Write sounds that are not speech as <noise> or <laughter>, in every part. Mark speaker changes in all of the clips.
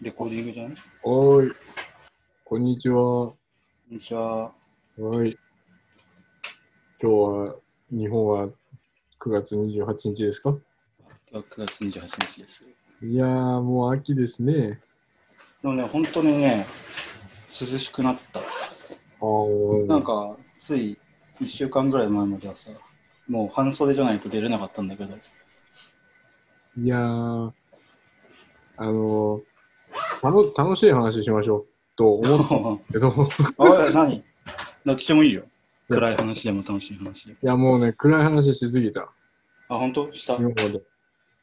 Speaker 1: レコーディングじゃんこ
Speaker 2: おーい。こんにちは。は
Speaker 1: んにちは。
Speaker 2: い。今日は、日本は9月28日ですか
Speaker 1: 今日は9月28日です。
Speaker 2: いやー、もう秋ですね。
Speaker 1: でもね、本当にね、涼しくなった。
Speaker 2: あー
Speaker 1: なんか、つい1週間ぐらい前まではさ、もう半袖じゃないと出れなかったんだけど、
Speaker 2: いやー、あのーたの、楽しい話しましょうと思っ
Speaker 1: <laughs>
Speaker 2: たけど、
Speaker 1: あれ何どっちでもいいよ。暗い話でも楽しい話でも。
Speaker 2: いや、もうね、暗い話しすぎた。
Speaker 1: あ、本当した
Speaker 2: 今まで。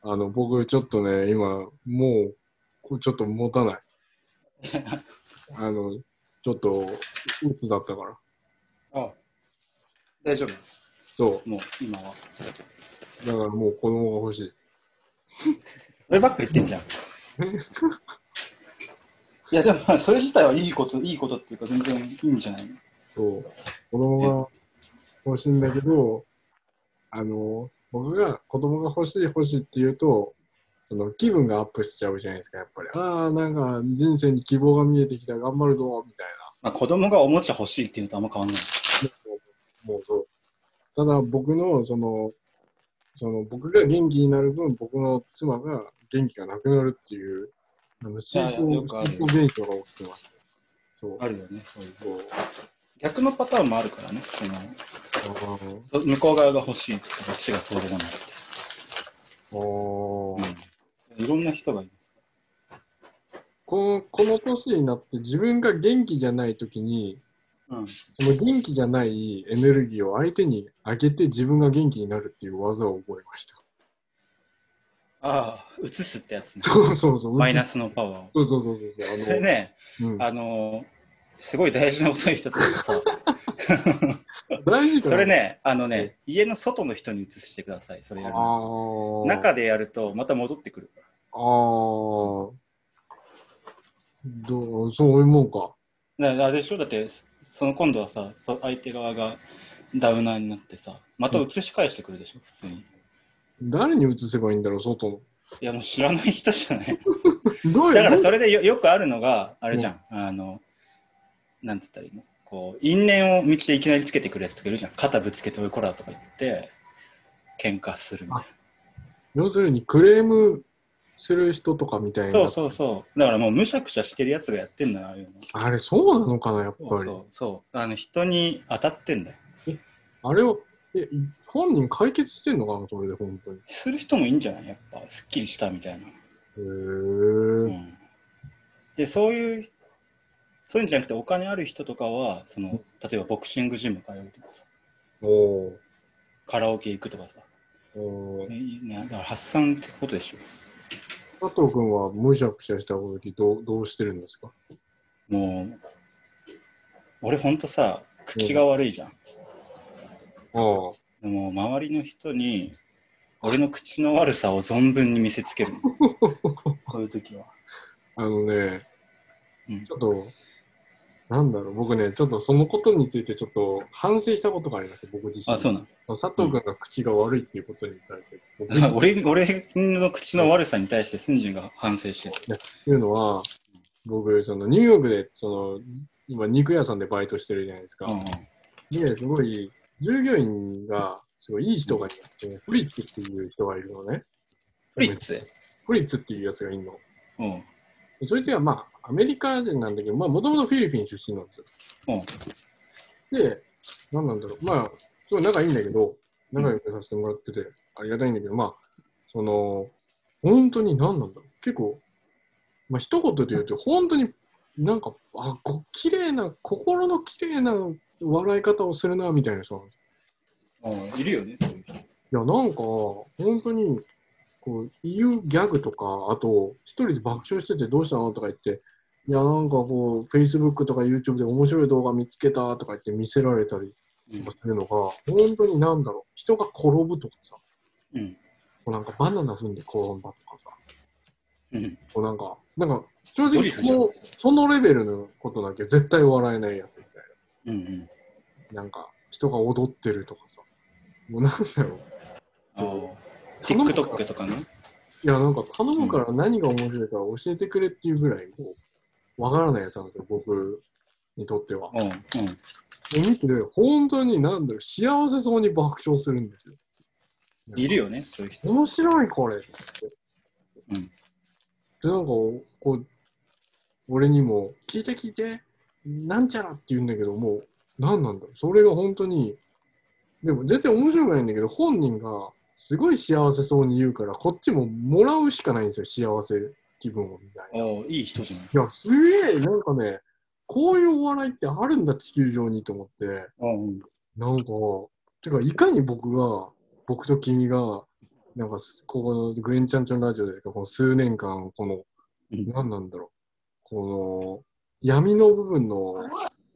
Speaker 2: あの、僕、ちょっとね、今、もう、こちょっと持たない。
Speaker 1: <laughs>
Speaker 2: あの、ちょっと、鬱だったから。
Speaker 1: あ、大丈夫。
Speaker 2: そう。
Speaker 1: もう今は。
Speaker 2: だからもう子供が欲しい。
Speaker 1: そればっか言ってんじゃん。 <laughs> いや、でもまあそれ自体はいいこと、いいことっていうか全然いいんじゃないの
Speaker 2: そう。子供が欲しいんだけど、あの、僕が子供が欲しい欲しいって言うと、その気分がアップしちゃうじゃないですか、やっぱり。ああ、なんか人生に希望が見えてきた、頑張るぞ、みたい
Speaker 1: まあ、子供がおもちゃ欲しいっていうのとあんま変わんない。
Speaker 2: な。もうそう。ただ僕の、その、その僕が元気になる分、僕の妻が元気がなくなるっていう、あの、シーソ
Speaker 1: よくあ
Speaker 2: ー、
Speaker 1: る
Speaker 2: シーソー現象が起きてます。そう。
Speaker 1: あるよね、そういう。
Speaker 2: そう
Speaker 1: 逆のパターンもあるからね、その
Speaker 2: あの
Speaker 1: 向こう側が欲しいとこっちがそうでもない、
Speaker 2: おー
Speaker 1: いろんな人がいる。
Speaker 2: このこの年になって自分が元気じゃない時に
Speaker 1: うん、
Speaker 2: その元気じゃないエネルギーを相手にあげて自分が元気になるっていう技を覚えました。 <laughs>
Speaker 1: ああ、移すってやつね。
Speaker 2: そうそうそう。
Speaker 1: マイナスのパワーを。
Speaker 2: そうそうそうそうそう。あ
Speaker 1: それ
Speaker 2: の、
Speaker 1: ね、
Speaker 2: うん、
Speaker 1: あのすごい大事なことの一つでさ、
Speaker 2: 大事かな
Speaker 1: それ。ね、あのね、家の外の人に移してください、それ
Speaker 2: あ
Speaker 1: やるの。
Speaker 2: ー
Speaker 1: 中でやると、また戻ってくる。
Speaker 2: あーどうそういうもんか。
Speaker 1: だからあれでしょだって、その今度はさ、そ相手側がダウナーになってさ、また移し返してくるでしょ、普通に。
Speaker 2: 誰に移せばいいんだろう、外の。
Speaker 1: いや、もう知らない人じゃない。
Speaker 2: どう
Speaker 1: だから
Speaker 2: どう
Speaker 1: それでよよくあるのが、あれじゃん、あの、なんつったらいいのこう、因縁を道でいきなりつけてくるやつとかいるじゃん。肩ぶつけておいこらとか言って、喧嘩するみたい
Speaker 2: 要するにクレームする人とかみた
Speaker 1: な。
Speaker 2: いな。
Speaker 1: そうそうそう。だからもうむしゃくしゃしてるやつがやってんだな、ああいうの。
Speaker 2: あれ、そうなのかな、やっぱり。
Speaker 1: そうそうそう。あの、人に当たってんだよ。
Speaker 2: あれを、え、本人解決してんのかな、それで、本当に。へ
Speaker 1: する人もいいんじゃないやっぱ、すっきりしたみたいな。う
Speaker 2: ぇ
Speaker 1: ん。で、そういう、そういうんじゃなくて、お金ある人とかは、その、例えばボクシングジム通うとかさ、
Speaker 2: ー。お
Speaker 1: カラオケ行くとかさ、
Speaker 2: ーおー。
Speaker 1: ねいいねだから発散ってことでしょ。
Speaker 2: 佐藤君はむしゃくしゃした時どう、どうしてるんですか
Speaker 1: もう、俺ほんとさ、口が悪いじゃん。
Speaker 2: ああ。
Speaker 1: でも周りの人に、俺の口の悪さを存分に見せつけるの。 <laughs> こういう時は。
Speaker 2: あのね、
Speaker 1: うん
Speaker 2: ちょっと、なんだろう、僕ね、ちょっとそのことについてちょっと反省したことがありまして、僕自身。
Speaker 1: あ、そう
Speaker 2: う
Speaker 1: な
Speaker 2: 佐藤君が口が悪いっていうことに対して、僕自身
Speaker 1: の。 <laughs> 俺、俺の口の悪さに対してスンジンが反省してる。
Speaker 2: っていうのは、僕、そのニューヨークで、その、今、肉屋さんでバイトしてるじゃないですか。
Speaker 1: うんうん
Speaker 2: ですごい従業員がすごいいい人がいて、フリッツっていう人がいるのね。
Speaker 1: フリッツ。
Speaker 2: フリッツっていうやつがいるの。
Speaker 1: うん。
Speaker 2: でそいつはまあアメリカ人なんだけど、まあもともとフィリピン出身なんですよ。
Speaker 1: うん。
Speaker 2: で、なんなんだろう、まあ、すごい仲いいんだけど、仲良くさせてもらってて、ありがたいんだけど、まあ、その、本当に何なんだろう、結構、まあ一言で言うと、本当になんか、あ、こ綺麗な、心の綺麗な笑い方をするな、みたいな人なんですよ
Speaker 1: うんいるよね、そういう人。
Speaker 2: いや、なんか、本当に、こう、言うギャグとか、あと、一人で爆笑しててどうしたのとか言って、いや、なんかこう、Facebook とか YouTube で面白い動画見つけたとか言って見せられたりとかするのが、本当になんだろう、人が転ぶとかさ、こ
Speaker 1: うん。
Speaker 2: うなんかバナナ踏んで転んだとかさ、
Speaker 1: うん。
Speaker 2: こうなんか、なんか、正
Speaker 1: ド
Speaker 2: 直
Speaker 1: リ
Speaker 2: そ
Speaker 1: フじゃん
Speaker 2: の、そのレベルのことだけ絶対笑えないやつみたい
Speaker 1: うんうん。
Speaker 2: な。なんか、人が踊ってるとかさ、もうなんだろう、
Speaker 1: ああ。TikTok とかね。
Speaker 2: いや、なんか頼むから何が面白いか教えてくれっていうぐらい、こう、わからないやつなんですよ、僕にとっては。
Speaker 1: うん、うん。
Speaker 2: で見てて、本当になんだろう、幸せそうに爆笑するんですよ。
Speaker 1: いるよね、そういう人。
Speaker 2: 面白いこれって。
Speaker 1: うん
Speaker 2: で、なんか、こう、俺にも、聞いて聞いて、なんちゃらって言うんだけど、もう、何なんだろう。それが本当に、でも全然面白くないんだけど、本人がすごい幸せそうに言うから、こっちももらうしかないんですよ、幸せ気分をみたいな。
Speaker 1: ああ、いい人じゃない。
Speaker 2: いや、すげえ、なんかね、こういうお笑いってあるんだ、地球上にと思って。
Speaker 1: うん、
Speaker 2: なんか、てか、いかに僕が、僕と君が、なんかす、ここのグエンちゃんちゃんラジオで、この数年間、この、
Speaker 1: うん
Speaker 2: 何なんだろう、この、闇の部分の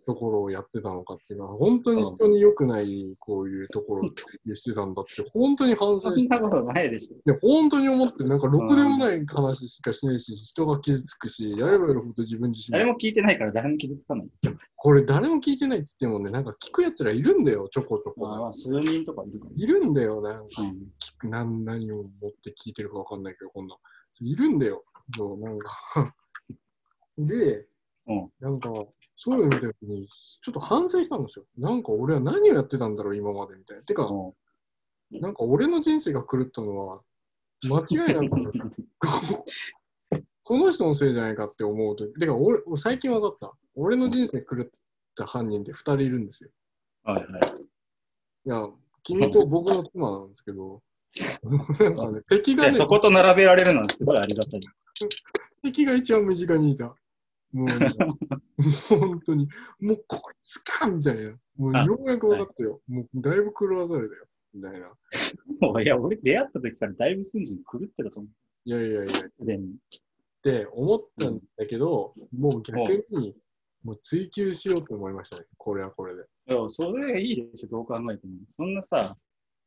Speaker 2: ところをやってたのかっていうのは、本当に人に良くない、こういうところを追求してたんだって、本当に反
Speaker 1: そ
Speaker 2: 省
Speaker 1: ん
Speaker 2: して、
Speaker 1: なことないでしょ。
Speaker 2: で本当に思って、なんか、ろくでもない話しかしないし、人が傷つくし、やればやるほど自分自身
Speaker 1: 誰
Speaker 2: が、
Speaker 1: も聞いてないから誰も傷つかない。
Speaker 2: これ誰も聞いてないって言ってもね、なんか聞くやつらいるんだよ、ちょこちょ
Speaker 1: ま
Speaker 2: こ。
Speaker 1: あ、数人とかいるか
Speaker 2: いるんだよ、なんか。
Speaker 1: ら。うん
Speaker 2: 何何を持って聞いてるかわかんないけど、こんな。いるんだよ。そうなんか <laughs> で、
Speaker 1: うん
Speaker 2: なんか、そういうの見たときに、ちょっと反省したんですよ。なんか俺は何をやってたんだろう、今までみたいな。てか、
Speaker 1: うん
Speaker 2: なんか俺の人生が狂ったのは、間違いなく、 <laughs> この人のせいじゃないかって思うと、てか俺、最近分かった。俺の人生狂った犯人って2人いるんですよ。
Speaker 1: はいはい。
Speaker 2: いや、君と僕の妻なんですけど、 <laughs> なんかね、敵
Speaker 1: い
Speaker 2: が
Speaker 1: や
Speaker 2: ね、
Speaker 1: そこと並べられるのはすごいありがたい。 <laughs>
Speaker 2: 敵が一番身近にいた。もうね、本当に、もうこいつかみたいな。もう
Speaker 1: あ
Speaker 2: ようやく分かったよ。もうだいぶ狂わされたよ。みたいな。
Speaker 1: もういや、俺出会った時からだいぶスンジに狂ってたと思う。
Speaker 2: いやいやいや、っ
Speaker 1: すでに。
Speaker 2: て思ったんだけど、もう逆に、もう追求しようと思いましたね。これはこれで。
Speaker 1: いや、それがいいでしょ、どう考えても。そんなさ、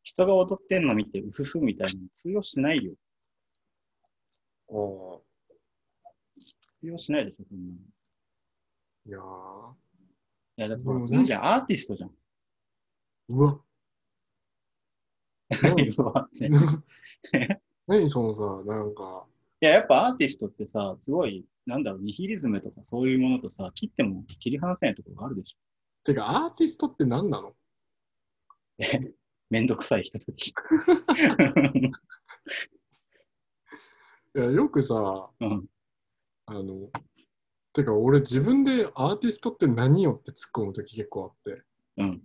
Speaker 1: 人が踊ってんの見て、うふふみたいなの通用しないよ。
Speaker 2: お
Speaker 1: 通用しないでしょ、そんなの。い
Speaker 2: い
Speaker 1: や、
Speaker 2: やー、
Speaker 1: だって
Speaker 2: うん
Speaker 1: スンジはアーティストじゃん。
Speaker 2: うわ。
Speaker 1: <laughs>
Speaker 2: 何 <laughs>
Speaker 1: 要はね
Speaker 2: 何そのさ、なんか、
Speaker 1: いや、やっぱアーティストってさ、すごい、なんだろう、ニヒリズムとかそういうものとさ、切っても切り離せないところがあるでしょ。
Speaker 2: てかアーティストって何なの
Speaker 1: めんどくさい人た
Speaker 2: <laughs>
Speaker 1: ち。
Speaker 2: いや、よくさ、
Speaker 1: うん
Speaker 2: あの、てか俺自分でアーティストって何よって突っ込むとき結構あって。
Speaker 1: うん。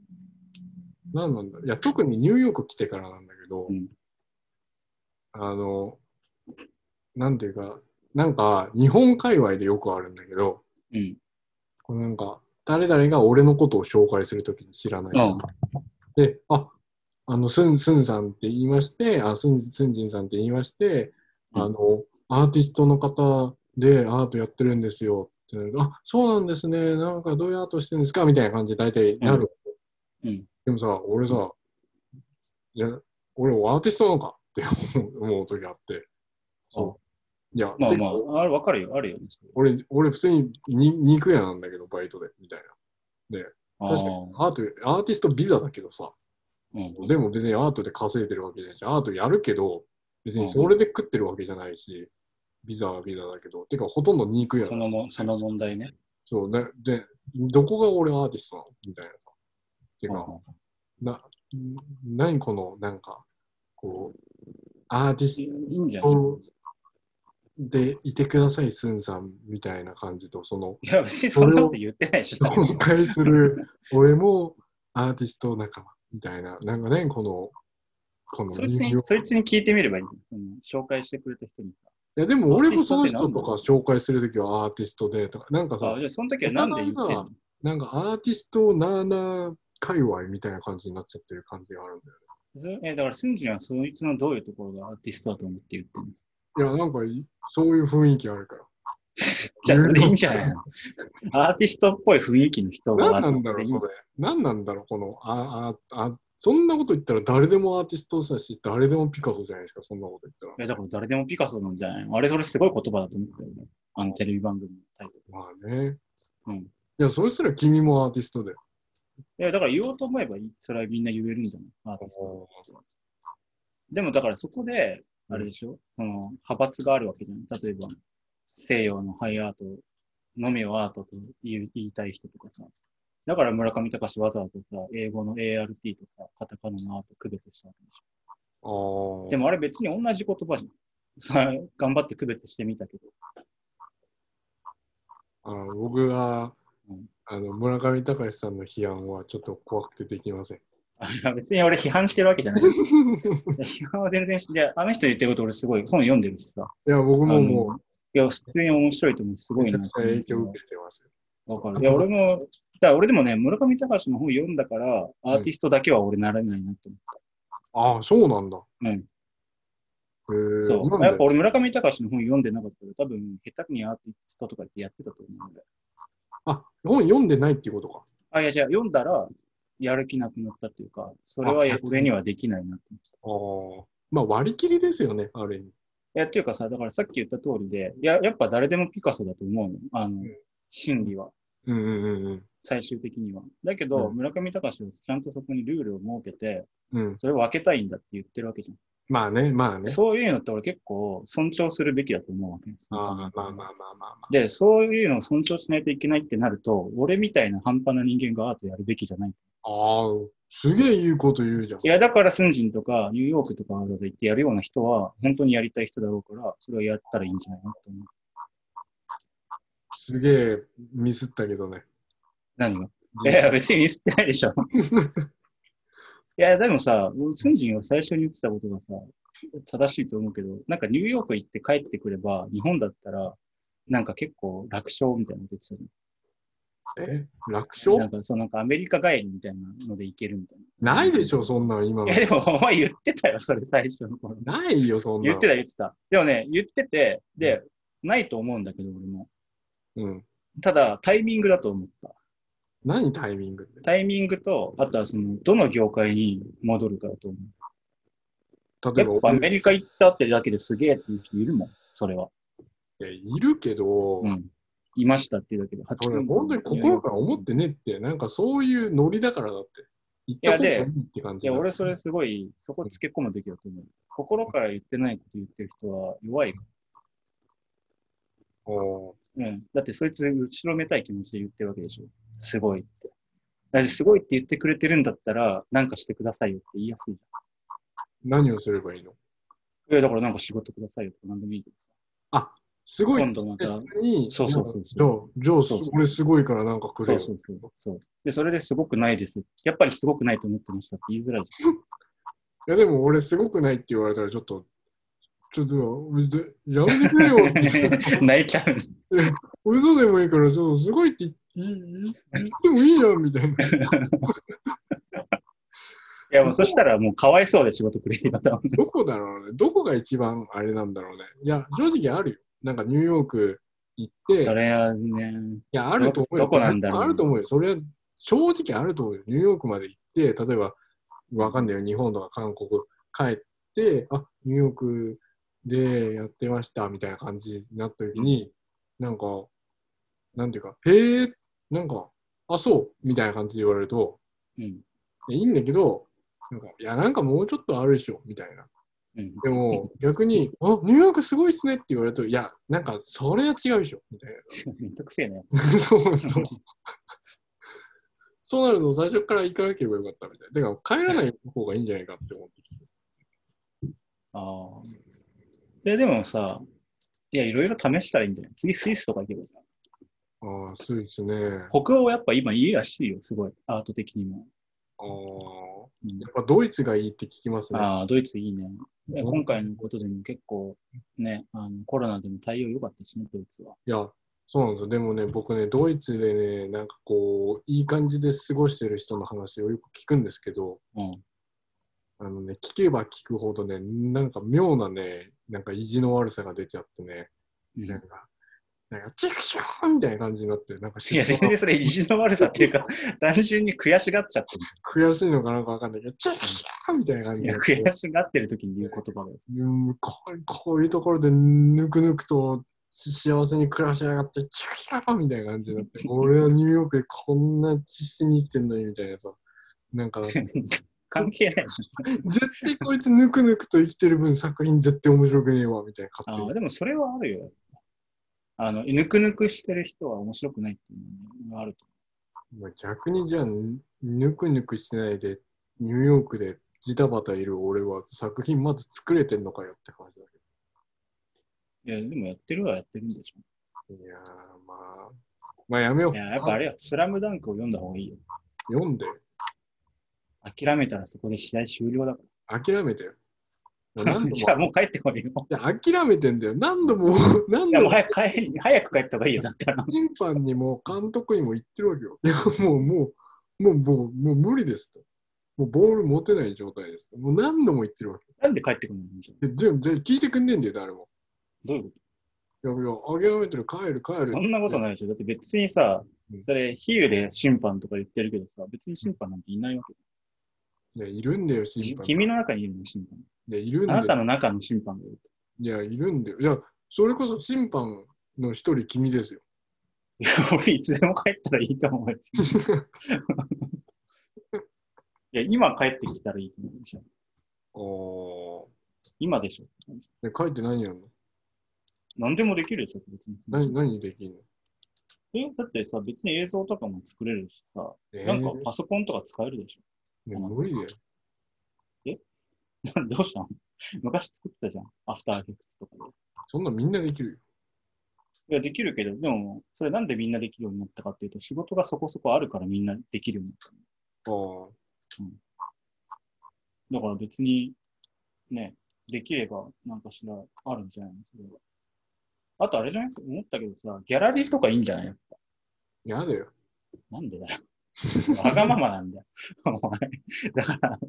Speaker 2: 何なんだいや、特にニューヨーク来てからなんだけど、
Speaker 1: うん
Speaker 2: あの、なんていうか、なんか日本界隈でよくあるんだけど、
Speaker 1: うん。
Speaker 2: こうなんか誰々が俺のことを紹介するときに知らない人。
Speaker 1: うん
Speaker 2: で、あ、あの、スン、スンさんって言いまして、あ、スン、スンジンさんって言いまして、
Speaker 1: うん
Speaker 2: あの、アーティストの方でアートやってるんですよってなるとあ、そうなんですね。なんかどういうアートしてるんですかみたいな感じで大体なる。
Speaker 1: うんうん
Speaker 2: でもさ、俺さ、いや、俺アーティストなのかって思う思う時あって。そう。いや、
Speaker 1: まあ
Speaker 2: て
Speaker 1: ま
Speaker 2: か
Speaker 1: あ、あれわかるよ、あるよね。それ
Speaker 2: 俺、俺普通にに肉屋なんだけど、バイトで、みたいな。確かにアート、アーティストビザだけどさ、
Speaker 1: あー
Speaker 2: でも別にアートで稼いでるわけじゃないし、アートやるけど、別にそれで食ってるわけじゃないし、ビザはビザだけど、てかほとんど肉
Speaker 1: う
Speaker 2: や
Speaker 1: ん、そのもその問題ね。
Speaker 2: そうね。で、どこが俺アーティストなのみたいなさ。て
Speaker 1: うん
Speaker 2: か、な、何この、なんか、こう、アーティス
Speaker 1: いいんじゃない
Speaker 2: トでいてください、スンさん、みたいな感じと、その、
Speaker 1: いや、別にそんなこと言ってないし、誰も
Speaker 2: 紹介する俺もアーティスト仲間みたいな、なんかね、この、この
Speaker 1: <laughs> そいつ
Speaker 2: 人
Speaker 1: に
Speaker 2: 形、
Speaker 1: そいつに聞いてみればいいじゃんその紹介してくれた人に
Speaker 2: いや、でも俺もその
Speaker 1: ア
Speaker 2: 人
Speaker 1: ーテ
Speaker 2: と
Speaker 1: ィス
Speaker 2: か
Speaker 1: ト
Speaker 2: 紹介するときはアーティストでとか、なんか
Speaker 1: さ。
Speaker 2: さ
Speaker 1: あ、じゃあ、その時はなんで言ってんの
Speaker 2: なんかアーティストなーなー界隈みたいな感じになっちゃってる感じがあるんだよ
Speaker 1: そえだから、スンジンはそいつのどういうところがアーティストだと思って言ってるの
Speaker 2: ね。いや、なんかいそういう雰囲気あるから。
Speaker 1: じゃあ、それでいいんじゃない
Speaker 2: <laughs>
Speaker 1: のアーティストっぽい雰囲気の人が
Speaker 2: 何なんだろう、それ。何なんだろう、この、あ、あ、あ、そんなこと言ったら誰でもアーティストだし、誰でもピカソじゃないですか、そんなこと言ったら。
Speaker 1: いや、だから誰でもピカソなんじゃないのあれ、それすごい言葉だと思ったよね。あのテレビ番組のタイト
Speaker 2: まあね。
Speaker 1: うん
Speaker 2: いや、そしたら君もアーティストだよ。
Speaker 1: ル。いや、だから言おうと思えばいい、それはみんな言えるんじゃないアーティスト。でも、だからそこで、あれでしょ、その派閥があるわけじゃん。例えば、西洋のハイアートのみをアートと言う言いたい人とかさ。だから村上隆わざわざさ、英語の ART とさ、カタカナのアート区別したわけでし
Speaker 2: あ
Speaker 1: ょ。
Speaker 2: ー
Speaker 1: でもあれ別に同じ言葉じゃん。さ頑張って区別してみたけど。
Speaker 2: あの僕が
Speaker 1: うん
Speaker 2: あの村上隆さんの批判はちょっと怖くてできま
Speaker 1: <laughs>
Speaker 2: せん。
Speaker 1: あいや別に俺批判してるわけじゃない。批判は全然して、あの人言ってること俺すごい本読んでるしさ。
Speaker 2: いや、僕
Speaker 1: あ
Speaker 2: も
Speaker 1: の
Speaker 2: も
Speaker 1: いや、普通に面白いと思う。す
Speaker 2: う、
Speaker 1: ご
Speaker 2: め
Speaker 1: い
Speaker 2: ちゃ
Speaker 1: な。
Speaker 2: くちゃ影響を受けてますよ。
Speaker 1: わかる。いや、俺も、だから俺でもね、村上隆の本読んだから、アーティストだけは俺なれないなって思
Speaker 2: ああ、そうなんだ。
Speaker 1: う。うん。
Speaker 2: へえ
Speaker 1: そう。
Speaker 2: なん
Speaker 1: やっぱ
Speaker 2: で
Speaker 1: 俺、村上隆の本読んでなかったら、多分、下手にアーティストとかってやってたと思うんだよ。
Speaker 2: あ、本読んでないっていうことか。
Speaker 1: あ、いや、じゃあ読んだら、やる気なくなったっていうか、それは
Speaker 2: あ
Speaker 1: 俺にはできないなって思った。
Speaker 2: ああ。まあ、割り切りですよね、ある意味。
Speaker 1: いや、っていうかさ、だからさっき言った通りで、いや、やっぱ誰でもピカソだと思うの。あの
Speaker 2: ん、
Speaker 1: 心理は。
Speaker 2: うんうんうん
Speaker 1: 最終的には。だけど、
Speaker 2: うん
Speaker 1: 村上隆はちゃんとそこにルールを設けて、
Speaker 2: うん。うん。
Speaker 1: それを分けたいんだって言ってるわけじゃん。
Speaker 2: まあね、まあね。
Speaker 1: そういうのって俺結構尊重するべきだと思うわけです、
Speaker 2: ああまあまあまあまあまあ。
Speaker 1: で、そういうのを尊重しないといけないってなると、俺みたいな半端な人間がアートやるべきじゃない。
Speaker 2: ああ、すげえいいこと言うじゃん
Speaker 1: い。や、だからスンジンとかニューヨークとかわざわざ行ってやるような人は、本当にやりたい人だろうから、それをやったらいいんじゃないのと思う。
Speaker 2: すげえミスったけどね。
Speaker 1: 何
Speaker 2: <laughs>
Speaker 1: がいや、別にミスってないでしょ。 <laughs> いや、でもさ、スンジンが最初に言ってたことがさ、正しいと思うけど、なんかニューヨーク行って帰ってくれば、日本だったら、なんか結構楽勝みたいなこと言ってたじゃん
Speaker 2: え楽
Speaker 1: なん
Speaker 2: 勝
Speaker 1: か、そう、なんかアメリカ帰りみたいなので行けるみたいな。
Speaker 2: ないで
Speaker 1: し
Speaker 2: しょ、そんなん今
Speaker 1: ょ
Speaker 2: の
Speaker 1: い。や、でも、お前言ってたよ、それ最初の頃。
Speaker 2: ないよ、そんなん。
Speaker 1: 言ってた、言ってた。でもね、言ってて、で、ないと思うんだけど、俺も。
Speaker 2: うん。
Speaker 1: ただ、タイミングだと思った。
Speaker 2: 何タイミングって
Speaker 1: タイミングと、あとはその、どの業界に戻るかだと思う。
Speaker 2: 例え
Speaker 1: や
Speaker 2: ば
Speaker 1: っぱアメリカ行ったってだけですげえっていう人いるもん、それは。
Speaker 2: いや、いるけど、
Speaker 1: うん。いましたっていうだけで、
Speaker 2: こ
Speaker 1: 8
Speaker 2: れ本当に心から思ってねって、なんかそういうノリだからだって。言った方がいいって感
Speaker 1: い
Speaker 2: じ
Speaker 1: や、
Speaker 2: だ
Speaker 1: 俺それすごい、そこつけ込むべきだと思う。心から言ってないこと言ってる人は弱い
Speaker 2: お
Speaker 1: うん。だってそいつ後ろめたい気持ちで言ってるわけでしょ。すごいって。だってすごいって言ってくれてるんだったら、なんかしてくださいよって言いやすいじ
Speaker 2: ー何をすればいいの
Speaker 1: ゃん。いや、だからなんか仕事くださいよとか何でもいいけどさ。
Speaker 2: すごい
Speaker 1: 今度また。そ
Speaker 2: に、
Speaker 1: そうそうそう
Speaker 2: じゃあ、じゃあ、
Speaker 1: そうそう
Speaker 2: 俺すごいからなんかくれ
Speaker 1: う
Speaker 2: よ。
Speaker 1: そうそうそう。で、それですごくないです。やっぱりすごくないと思ってましたって言いづらいじ
Speaker 2: いや、でも俺すごくないって言われたらちょっと、ちょっと、でやめてくれよって。
Speaker 1: ゃん。泣 <laughs> いちゃう。
Speaker 2: 嘘でもいいから、ちょっとすごいって言い言ってもいいよみたいな。
Speaker 1: いや、もうそしたらもうかわいそうで仕事くれる方は。 <laughs>
Speaker 2: どこだろうね。どこが一番あれなんだろうね。いや、正直あるよ。なんかニューヨーク行って、
Speaker 1: それはね、
Speaker 2: いや、あると思うよ。
Speaker 1: どこなんだろう
Speaker 2: あると思うよ。それは正直あると思うよ。ニューヨークまで行って、例えば、わかんないよ。日本とか韓国帰って、あ、ニューヨークでやってましたみたいな感じになった時に、なんか、なんていうか、へえ、なんか、あ、そうみたいな感じで言われると、
Speaker 1: うん。
Speaker 2: いやいいんだけど、なんか、いや、なんかもうちょっとあるでしょ、みたいな。
Speaker 1: うん。
Speaker 2: でも、逆に、あ、ニューヨークすごいっすねって言われると、いや、なんか、それは違うでしょ、みたいな。
Speaker 1: めんどくせえね。
Speaker 2: <laughs> そうそう。そうなると最初から行かなければよかったみたいな。だから帰らない方がいいんじゃないかって思ってきて。
Speaker 1: ああ。で、でもさ、いや、いろいろ試したらいいんだよ。次スイスとか行けばいいじゃん。
Speaker 2: <laughs> ああ、そうですね。あ
Speaker 1: 北欧やっぱ今いいらしいよ、すごい。アート的にも。
Speaker 2: あ。
Speaker 1: うん
Speaker 2: やっぱドイツがいいって聞きますね。
Speaker 1: ああ、ドイツいいね。で
Speaker 2: うん
Speaker 1: 今回のことでも結構ね、あのコロナでも対応良かったしね、ドイツは。
Speaker 2: いや、そうなんですよ。でもね、僕ね、ドイツでね、なんかこう、いい感じで過ごしてる人の話をよく聞くんですけど、
Speaker 1: うん。
Speaker 2: あのね、聞けば聞くほどね、なんか妙なね、なんか意地の悪さが出ちゃってね、
Speaker 1: い
Speaker 2: なんか、なんか、チクシューンみたいな感じになって、なんか、
Speaker 1: や、全然それ意地の悪さっていう <laughs> か、単純に悔しがっちゃって
Speaker 2: 悔しいのかなんかわかんないけど、チャキシャーみたいな感
Speaker 1: る。
Speaker 2: じ
Speaker 1: い
Speaker 2: で
Speaker 1: や、悔しがってる時に言う言葉です。
Speaker 2: うんこうこういうところでぬくぬくと幸せに暮らしやがって、チャキシャーみたいな感じに
Speaker 1: <laughs> <laughs>
Speaker 2: なって、俺はニューヨークでこんな必死に生きてんのにみたいなさ、なんか、
Speaker 1: 関係ない。
Speaker 2: 絶対こいつぬくぬくと生きてる分作品絶対面白くねえわ、みたいな
Speaker 1: あ
Speaker 2: 勝手
Speaker 1: ー
Speaker 2: に。
Speaker 1: でもそれはあるよ。あの、ぬくぬくしてる人は面白くないっていうのがあると
Speaker 2: まあ逆にじゃあ、ぬぬくぬくしてないで、ニューヨークでジタバタいる俺は作品まず作れてんのかよって話だ
Speaker 1: 思う。いや、でもやってるはやってるんでし
Speaker 2: けど。いやー、まあ、まあやめよ
Speaker 1: ょ。
Speaker 2: う。
Speaker 1: いや、やっぱあれよ、スラムダンクを読んだ方がいいよ。
Speaker 2: 読んで、
Speaker 1: 諦めたらそこで試合終了だか
Speaker 2: 諦めてよ。もう
Speaker 1: ら。
Speaker 2: 何度
Speaker 1: じゃあ
Speaker 2: も
Speaker 1: もう帰ってこ <laughs> いよ。
Speaker 2: いや諦めてんだよ。何度も、何
Speaker 1: いや、
Speaker 2: 度
Speaker 1: もう
Speaker 2: も
Speaker 1: 早く帰り、早く帰った方がいいよ。だったら。
Speaker 2: 審判にも監督にも言ってるわけよ。いや、もう、もう、もう、もう、もう無理ですと。もうボール持てない状態ですと。もう何度も言ってるわけ。
Speaker 1: なんで帰ってこないのじゃあ
Speaker 2: で、でで聞いてくんねえんだよ、誰も。
Speaker 1: どういうこ
Speaker 2: いや、いや、諦めてる、帰る、帰
Speaker 1: と
Speaker 2: る。
Speaker 1: そんなことないでしょ。だって別にさ、それ、比喩で審判とか言ってるけどさ、別に審判なんていないわけ。
Speaker 2: いや、いるんだよ、審判。い
Speaker 1: 君の中にいるの、審判。
Speaker 2: や、いるん
Speaker 1: あな
Speaker 2: だ
Speaker 1: た
Speaker 2: よ。
Speaker 1: の中の審判がいる。 <laughs>
Speaker 2: いや、いるんだよ。いや、それこそ審判の一人、
Speaker 1: <laughs>
Speaker 2: 君ですよ。
Speaker 1: いや俺、いつでも帰ったらいいと <laughs> 思うよ。いや、今帰ってきたらいいと思うじゃん。
Speaker 2: あ
Speaker 1: 今でしょ。
Speaker 2: あ。で、帰って何やんの
Speaker 1: 何でもできるでしょ、別に。
Speaker 2: 何、何できんの
Speaker 1: えだってさ、別に映像とかも作れるしさ、
Speaker 2: え
Speaker 1: なんか
Speaker 2: ー
Speaker 1: パソコンとか使えるでし
Speaker 2: もう無理だよ。
Speaker 1: ょ。 <laughs> どうしたの昔作ってたじゃん。アフターエフェクトとか
Speaker 2: そんなみんなできるよ。
Speaker 1: で。いや、できるけど、でも、それなんでみんなできるようになったかっていうと、仕事がそこそこあるからみんなできるようになったの。
Speaker 2: ああ。
Speaker 1: だから別に、ね、できれば、なんかしらあるんじゃないのそれはあとあれじゃない思ったけどさ、ギャラリーとかいいんじゃない
Speaker 2: やだよ。
Speaker 1: なんでだよ。わがままなんだよ。お前だから、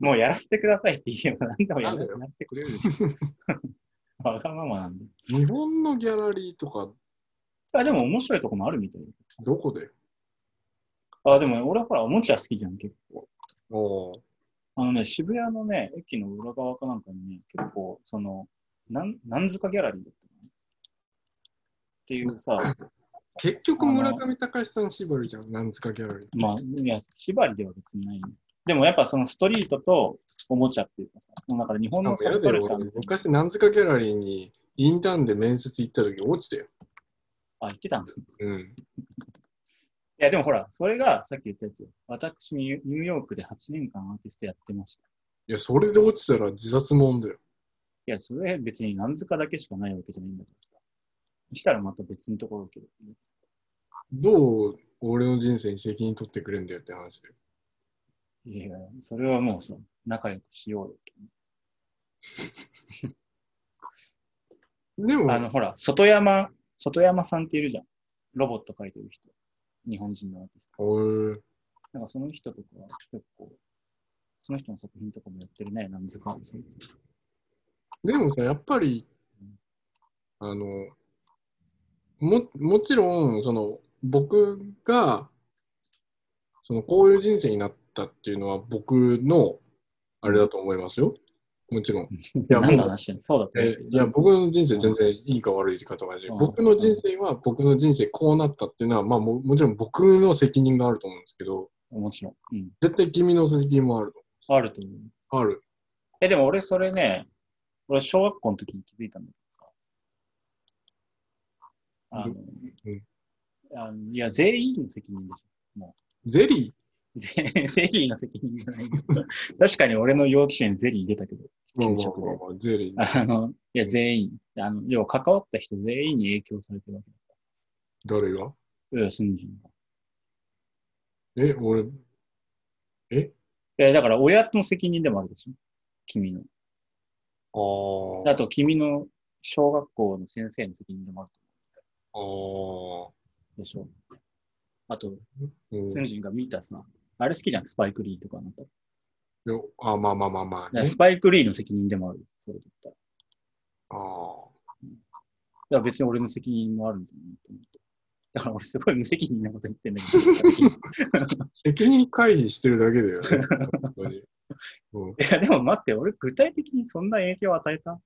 Speaker 1: もうやらせてくださいって言えば何でもやら
Speaker 2: な
Speaker 1: や
Speaker 2: んだよ
Speaker 1: らせてくれるでしょ。わがままなんだよ。
Speaker 2: 日本のギャラリーとか、
Speaker 1: あ、でも面白いとこもあるみたいよ
Speaker 2: どこだよ。
Speaker 1: あ、でも俺はほら、おもちゃ好きじゃん、結構。
Speaker 2: ああ。
Speaker 1: あのね、渋谷のね、駅の裏側かなんかにね、結構、その、なん、なんずかギャラリーだったかなっていうさ、
Speaker 2: 結局村上隆さん縛るじゃん、なんつかギャラリー。
Speaker 1: まあ、いや、縛りでは別にない、ね。でもやっぱそのストリートとおもちゃっていうかさ、その中で日本
Speaker 2: なん
Speaker 1: の
Speaker 2: か
Speaker 1: サ
Speaker 2: や
Speaker 1: ブ
Speaker 2: だ
Speaker 1: カル
Speaker 2: よ、
Speaker 1: チャーみ
Speaker 2: 俺
Speaker 1: たいな
Speaker 2: 昔なんつかギャラリーにインターンで面接行った時落ちたよ。
Speaker 1: あ、言ってたんだ。い
Speaker 2: うん。
Speaker 1: や、でもほら、それがさっき言ったやつよ。私、ニューニューヨークで8年間アーティストやってました。
Speaker 2: いや、それで落ちたら自殺もんだよ。
Speaker 1: いや、それ別に何塚だけしかないわけじゃないんだからさ。そしたらまた別のところ受けど、
Speaker 2: どう俺の人生に責任取ってくれんだよって話だよ。
Speaker 1: いや、それはもうさ、仲良くしようよ。
Speaker 2: でも、
Speaker 1: あの、ほら、外山、外山さんっているじゃん。ロボット描いてる人。日本人のアーティスト。
Speaker 2: おー
Speaker 1: なんかその人とかは結構、その人の作品とかもやってるね、なんですか。
Speaker 2: でもさ、やっぱり、あの、も、もちろん、その、僕が、その、こういう人生になったっていうのは、僕の、あれだと思いますよ。もちろん。いや、も
Speaker 1: 何の
Speaker 2: う、
Speaker 1: 話してんのそうだった
Speaker 2: えいや、僕の人生全然いいか悪いかとかで、
Speaker 1: うん
Speaker 2: 僕の人生は、僕の人生こうなったっていうのは、まあも、もちろん僕の責任があると思うんですけど、
Speaker 1: もちろん。うん。
Speaker 2: 絶対君の責任もある。
Speaker 1: あると思う。
Speaker 2: ある。
Speaker 1: え、でも俺それね、俺小学校の時に気づいたんだけどさ。あの、あのいや、全員の責任でしょ。 <laughs>
Speaker 2: ゼリ
Speaker 1: 全ゼリーの責任じゃないんだけど。確かに俺の幼稚園ゼリー出たけど、
Speaker 2: ーまあ
Speaker 1: 給
Speaker 2: ま
Speaker 1: 食で
Speaker 2: あ。まあまあ、ゼリー。
Speaker 1: あの、いや、全員。あの、要は関わった人全員に影響されてるわけだ。
Speaker 2: 誰が
Speaker 1: うん、スンジンが。
Speaker 2: え、俺、
Speaker 1: いや、だから親の責任でもあるでしょ。君の。
Speaker 2: あ
Speaker 1: あと、君の小学校の先生の責任でもある
Speaker 2: あー、
Speaker 1: でしょ。あと、
Speaker 2: うん
Speaker 1: スンジンが見たさ、あれ好きじゃん、スパイクリーとかなんか。
Speaker 2: よあ、まあまあまあまあ、
Speaker 1: だから
Speaker 2: ね
Speaker 1: ス。パイクリーの責任でもある。それだったら。だ
Speaker 2: ああ。
Speaker 1: から別に俺の責任もあるんだよねと思って。だから俺すごい無責任なこと言ってんだけ
Speaker 2: <laughs>
Speaker 1: ど。
Speaker 2: 責任回避してるだ
Speaker 1: <laughs>
Speaker 2: けだよね。本当に。うん、
Speaker 1: いや、でも待って、俺具体的にそんな影響を与えた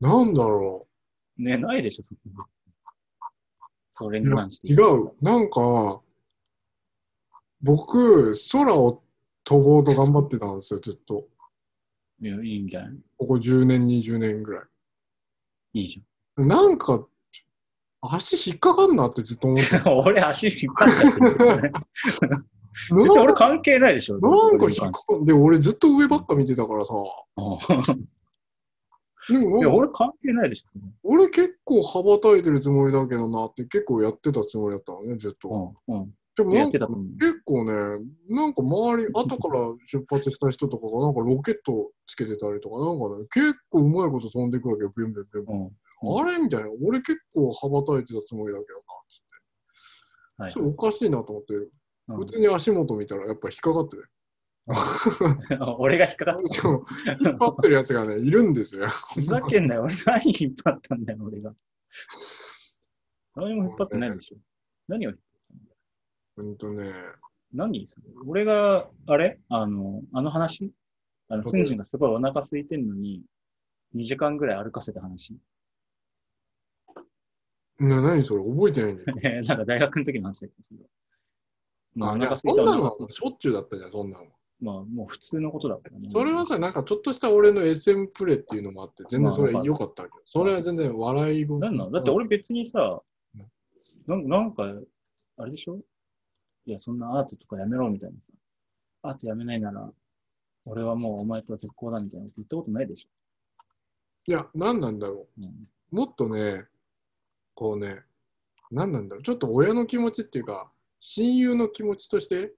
Speaker 2: なんだろ
Speaker 1: ね、ないでしょ、そんな。それに関し
Speaker 2: う。
Speaker 1: て。
Speaker 2: 違う。なんか、僕、空を飛ぼうと頑張ってたんですよ、ずっと。
Speaker 1: いや、いいんじゃない
Speaker 2: ここ10年、20年ぐらい。
Speaker 1: いいじ
Speaker 2: なんか、足引っかかんなってずっと思って
Speaker 1: ゃん。俺、足引っ張っちゃってるけど <laughs> ね。
Speaker 2: た。
Speaker 1: <laughs> 別に
Speaker 2: な
Speaker 1: 俺
Speaker 2: んか
Speaker 1: 関係ないでしょ。
Speaker 2: なんか
Speaker 1: そうい
Speaker 2: 引っ
Speaker 1: う
Speaker 2: か
Speaker 1: 感
Speaker 2: かんで、俺ずっと上ばっか見てたからさ。
Speaker 1: じ
Speaker 2: でも
Speaker 1: い
Speaker 2: な
Speaker 1: や、
Speaker 2: んか
Speaker 1: 俺関係ないでし
Speaker 2: 俺結構羽ばたいてるつもりだけどなって結構やってたつもりだったのね、ずっと。
Speaker 1: ょ。うん。うん。
Speaker 2: でも
Speaker 1: や
Speaker 2: な
Speaker 1: っ
Speaker 2: ん
Speaker 1: て
Speaker 2: か
Speaker 1: たと思う
Speaker 2: 結構ね、なんか周り、後から出発した人とかがなんかロケットつけてたりとか、なんかね、結構うまいこと飛んでいくわけよ、ビュンビュンビュンビ
Speaker 1: うん。
Speaker 2: ュン。あれみたいな、俺結構羽ばたいてたつもりだけどな、つって。
Speaker 1: はい
Speaker 2: ちょっとおかしいなと思って、
Speaker 1: う
Speaker 2: 普
Speaker 1: ん
Speaker 2: 通に足元見たらやっぱ引っかかってる。
Speaker 1: <laughs> 俺が引っかかっ
Speaker 2: そう <laughs> 引っ張ってるやつがね、いるんですよ。
Speaker 1: た。ふざけんなよ。俺何引っ張ったんだよ、俺が。何も引っ張ってないでしょ。何を、
Speaker 2: ほんとね。
Speaker 1: 何それ俺が、あれあの、あの話あの、スンジンがすごいお腹空いてんのに、2時間ぐらい歩かせた話。 <laughs>
Speaker 2: な何それ覚えてないんだよ。
Speaker 1: えーなんか大学の時の話だけどそれは、まあ、お
Speaker 2: い
Speaker 1: 腹
Speaker 2: や
Speaker 1: 空い
Speaker 2: そ
Speaker 1: た
Speaker 2: ん
Speaker 1: お
Speaker 2: な
Speaker 1: 腹
Speaker 2: のは
Speaker 1: 空い
Speaker 2: しょっちゅうだったじゃん、そんなの。
Speaker 1: たまあ、もう普通のことだったね。
Speaker 2: それはさ、なんかちょっとした俺の SM プレイっていうのもあって、全然それ
Speaker 1: まあ
Speaker 2: 良かったわけど、それは全然笑い声。
Speaker 1: なんなのだって俺別にさ
Speaker 2: うん、
Speaker 1: なんなんか、あれでしょいや、そんなアートとかやめろみたいなさ。アートやめないなら、俺はもうお前とは絶好だみたいなこと言ったことないでし
Speaker 2: いや、何なんだろ
Speaker 1: ょ。うん
Speaker 2: う。もっとね、こうね、何なんだろう。ちょっと親の気持ちっていうか、親友の気持ちとして、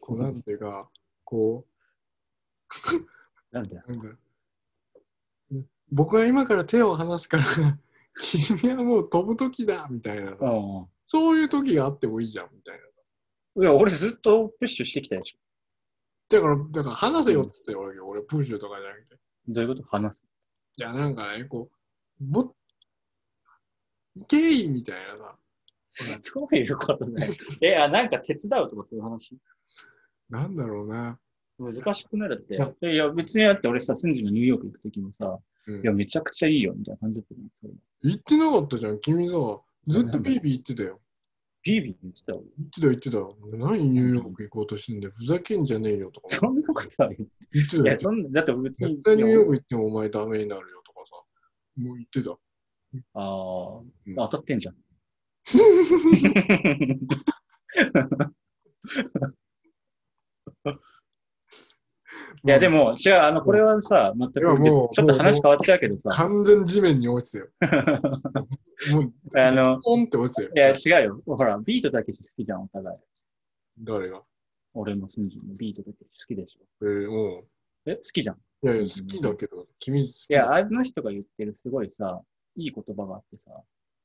Speaker 2: こうなんていうか、こ
Speaker 1: なんだよ。
Speaker 2: う、なんだろう。ね僕は今から手を離すから、 <laughs> 君はもう飛ぶ時だみたいなさ、そういう時があってもいいじゃんみたいな。
Speaker 1: うん。いや、俺ずっとプッシュしてきたでしょ。
Speaker 2: だから、だから話せよって言ってるわけよ、俺、プッシュとかじゃなくて。
Speaker 1: どういうこと話す。
Speaker 2: いや、なんかね、こう、もっ、いけいみたいなさ、
Speaker 1: どういうことだよ。え、あ、なんか手伝うとかそういう話
Speaker 2: なんだろうな。
Speaker 1: 難しくなるって。
Speaker 2: いや
Speaker 1: いや、別にあって俺さ、スンジのニューヨーク行くときもさ、
Speaker 2: うん
Speaker 1: いや、めちゃくちゃいいよみたいな感じだったじゃんそれ。
Speaker 2: 言ってなかったじゃん、君さ、ずっとビービー言ってたよ。
Speaker 1: ビービー言ってた俺。
Speaker 2: 言ってた、言ってた。何ニューヨーク行こうとしてんだよ、ふざけんじゃねえよとか
Speaker 1: そんなことは言って
Speaker 2: 言って
Speaker 1: い
Speaker 2: た
Speaker 1: や、
Speaker 2: よ。
Speaker 1: そんな、だって別に。
Speaker 2: 絶対ニューヨーク行ってもお前ダメになるよとかさ、もう言ってた。
Speaker 1: ああ、
Speaker 2: うん
Speaker 1: 当たってんじゃん。いや、でも、違う、あの、これはさ、全く
Speaker 2: いや
Speaker 1: 別、ち
Speaker 2: も
Speaker 1: ょ
Speaker 2: う
Speaker 1: っと話変わっちゃうけどさ、
Speaker 2: 完全地面に落ちてよ。もう、
Speaker 1: <laughs> あの、
Speaker 2: ポンって落ちてよ
Speaker 1: い。や、違うよ。ほら、ビートたけし好きじゃん、お互い。
Speaker 2: 誰が。
Speaker 1: 俺もスンジもビートたけし好きでし
Speaker 2: えー、うん。
Speaker 1: ょ。え、好きじゃん。い
Speaker 2: いやいや、好きだけど、君好きだ。
Speaker 1: や、あの人が言ってるすごいさ、いい言葉があってさ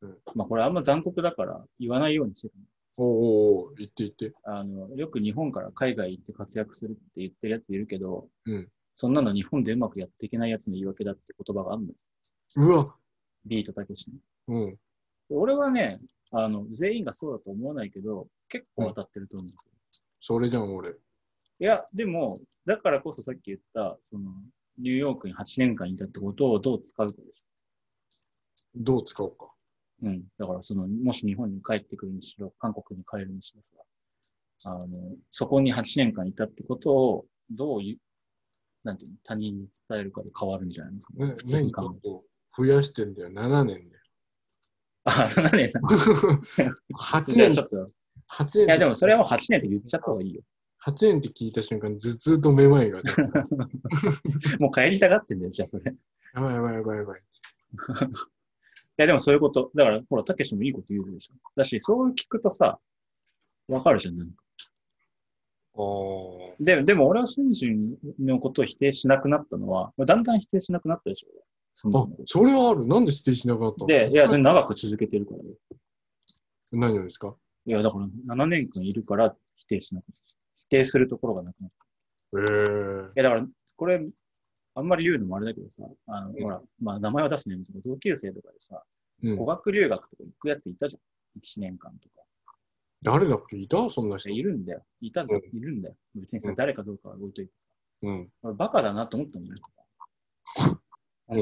Speaker 2: うん、
Speaker 1: まあ、これあんま残酷だから言わないようにしてる
Speaker 2: おうおうおう、言って言って。
Speaker 1: あの、よく日本から海外行って活躍するって言ってるやついるけど、
Speaker 2: うん
Speaker 1: そんなの日本でうまくやっていけないやつの言い訳だって言葉があるのよ。
Speaker 2: うわ、
Speaker 1: ビートたけしに。
Speaker 2: うん。
Speaker 1: 俺はね、あの、全員がそうだと思わないけど、結構当たってると思うんですよ。
Speaker 2: それじゃん、俺。
Speaker 1: いや、でも、だからこそさっき言った、その、ニューヨークに8年間いたってことをどう使うかです。
Speaker 2: どう使おうか。
Speaker 1: うん。だから、その、もし日本に帰ってくるにしろ、韓国に帰るにしろさ、あの、そこに8年間いたってことを、どういう、なんていうの、他人に伝えるかで変わるんじゃないの
Speaker 2: ね、
Speaker 1: 普通
Speaker 2: 年
Speaker 1: に
Speaker 2: 間
Speaker 1: 考
Speaker 2: を増やしてんだよ、7年だよ。
Speaker 1: <laughs> あ、7年だ。
Speaker 2: 8
Speaker 1: じゃあ
Speaker 2: 年
Speaker 1: ちょ、っと。
Speaker 2: 8
Speaker 1: いや、で
Speaker 2: 年
Speaker 1: もそれはもう8年って言っちゃった方がいいよ。
Speaker 2: 八年って聞いた瞬間、頭痛とめまいが出た。や
Speaker 1: もう帰りたがってんだよ、じゃあそれ。い
Speaker 2: ばいやばいやばいやばい。
Speaker 1: や、でもそういうこと。だから、ほら、たけしもいいこと言うでしょ。だし、そう聞くとさ、わかるじゃん。なんか
Speaker 2: あー
Speaker 1: ででも俺はスンジンのことを否定しなくなったのは、だんだん否定しなくなったでしょ。スンジン
Speaker 2: あ
Speaker 1: のこ、
Speaker 2: それはある。なんで指定しなくなった
Speaker 1: と
Speaker 2: の
Speaker 1: で、いや、でも長く続けてるからね。
Speaker 2: 何をですか
Speaker 1: いや、だから7年間いるから否定しなくなった。否定するところがなくなった。
Speaker 2: えー
Speaker 1: い、や、だから、これ、あんまり言うのもあれだけどさ、あの、ほら、まあ名前は出すね、みたいな同級生とかでさ、
Speaker 2: うん
Speaker 1: 語。学留学とか行くやついたじゃん。1年間とか。
Speaker 2: 誰だっけいたそんな人。
Speaker 1: いるんだよ。いたじゃん。
Speaker 2: う
Speaker 1: いるんだよ。別にさ
Speaker 2: う、ん
Speaker 1: 誰かどうかは置いといてさ。
Speaker 2: うん。
Speaker 1: 俺バカだなと思ったもんね。
Speaker 2: <laughs> うん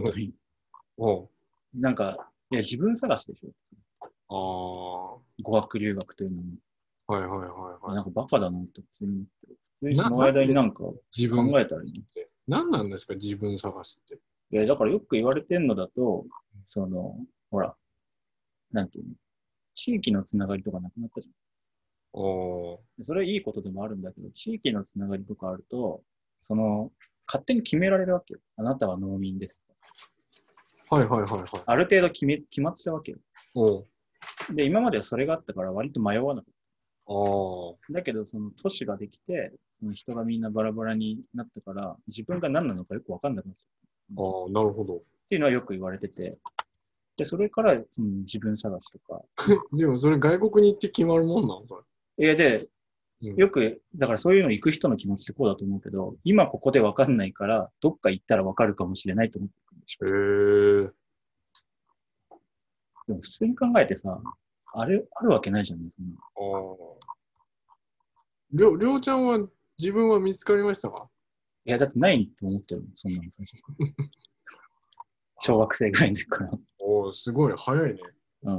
Speaker 1: 本当に。
Speaker 2: おう
Speaker 1: なんか、いや、自分探しでしょ。
Speaker 2: ああ。
Speaker 1: 語学留学というのも。
Speaker 2: はいはいはい
Speaker 1: あ
Speaker 2: は
Speaker 1: なんかバカだなって普通に思ってる。普通にその間になんか考
Speaker 2: 自分
Speaker 1: え
Speaker 2: 探した
Speaker 1: らいいの
Speaker 2: て。何なんですか、自分探しって。
Speaker 1: いや、だからよく言われてんのだと、その、ほら、なんていうの、地域のつながりとかなくなったじ
Speaker 2: おー
Speaker 1: ゃん。それはいいことでもあるんだけど、地域のつながりとかあると、その、勝手に決められるわけよ。あなたは農民です。
Speaker 2: はいはいはいはい。
Speaker 1: ある程度決め、決まっちゃうわけよ。
Speaker 2: お
Speaker 1: で、今まではそれがあったから割と迷わなかっ
Speaker 2: お
Speaker 1: た。だけど、その都市ができて、その人がみんなバラバラになったから、自分が何なのかよくわかんなくなっちゃう。
Speaker 2: あーあー、なるほど。
Speaker 1: っていうのはよく言われてて。で、それから、その自分探しとか。
Speaker 2: でもそれ外国に行って決まるもんなのそれ。
Speaker 1: いや、で、
Speaker 2: うん
Speaker 1: よく、だからそういうの行く人の気持ちってこうだと思うけど、今ここで分かんないから、どっか行ったら分かるかもしれないと思ってくるんでしょ。
Speaker 2: へえ。
Speaker 1: でも普通に考えてさ、あれ、あるわけないじゃないですか。
Speaker 2: ああ。りょ、りょうちゃんは自分は見つかりましたか
Speaker 1: いや、だってないと思ってるもん、そんなの最初から。小学生ぐらいの時から。
Speaker 2: おお、すごい、早いね。
Speaker 1: う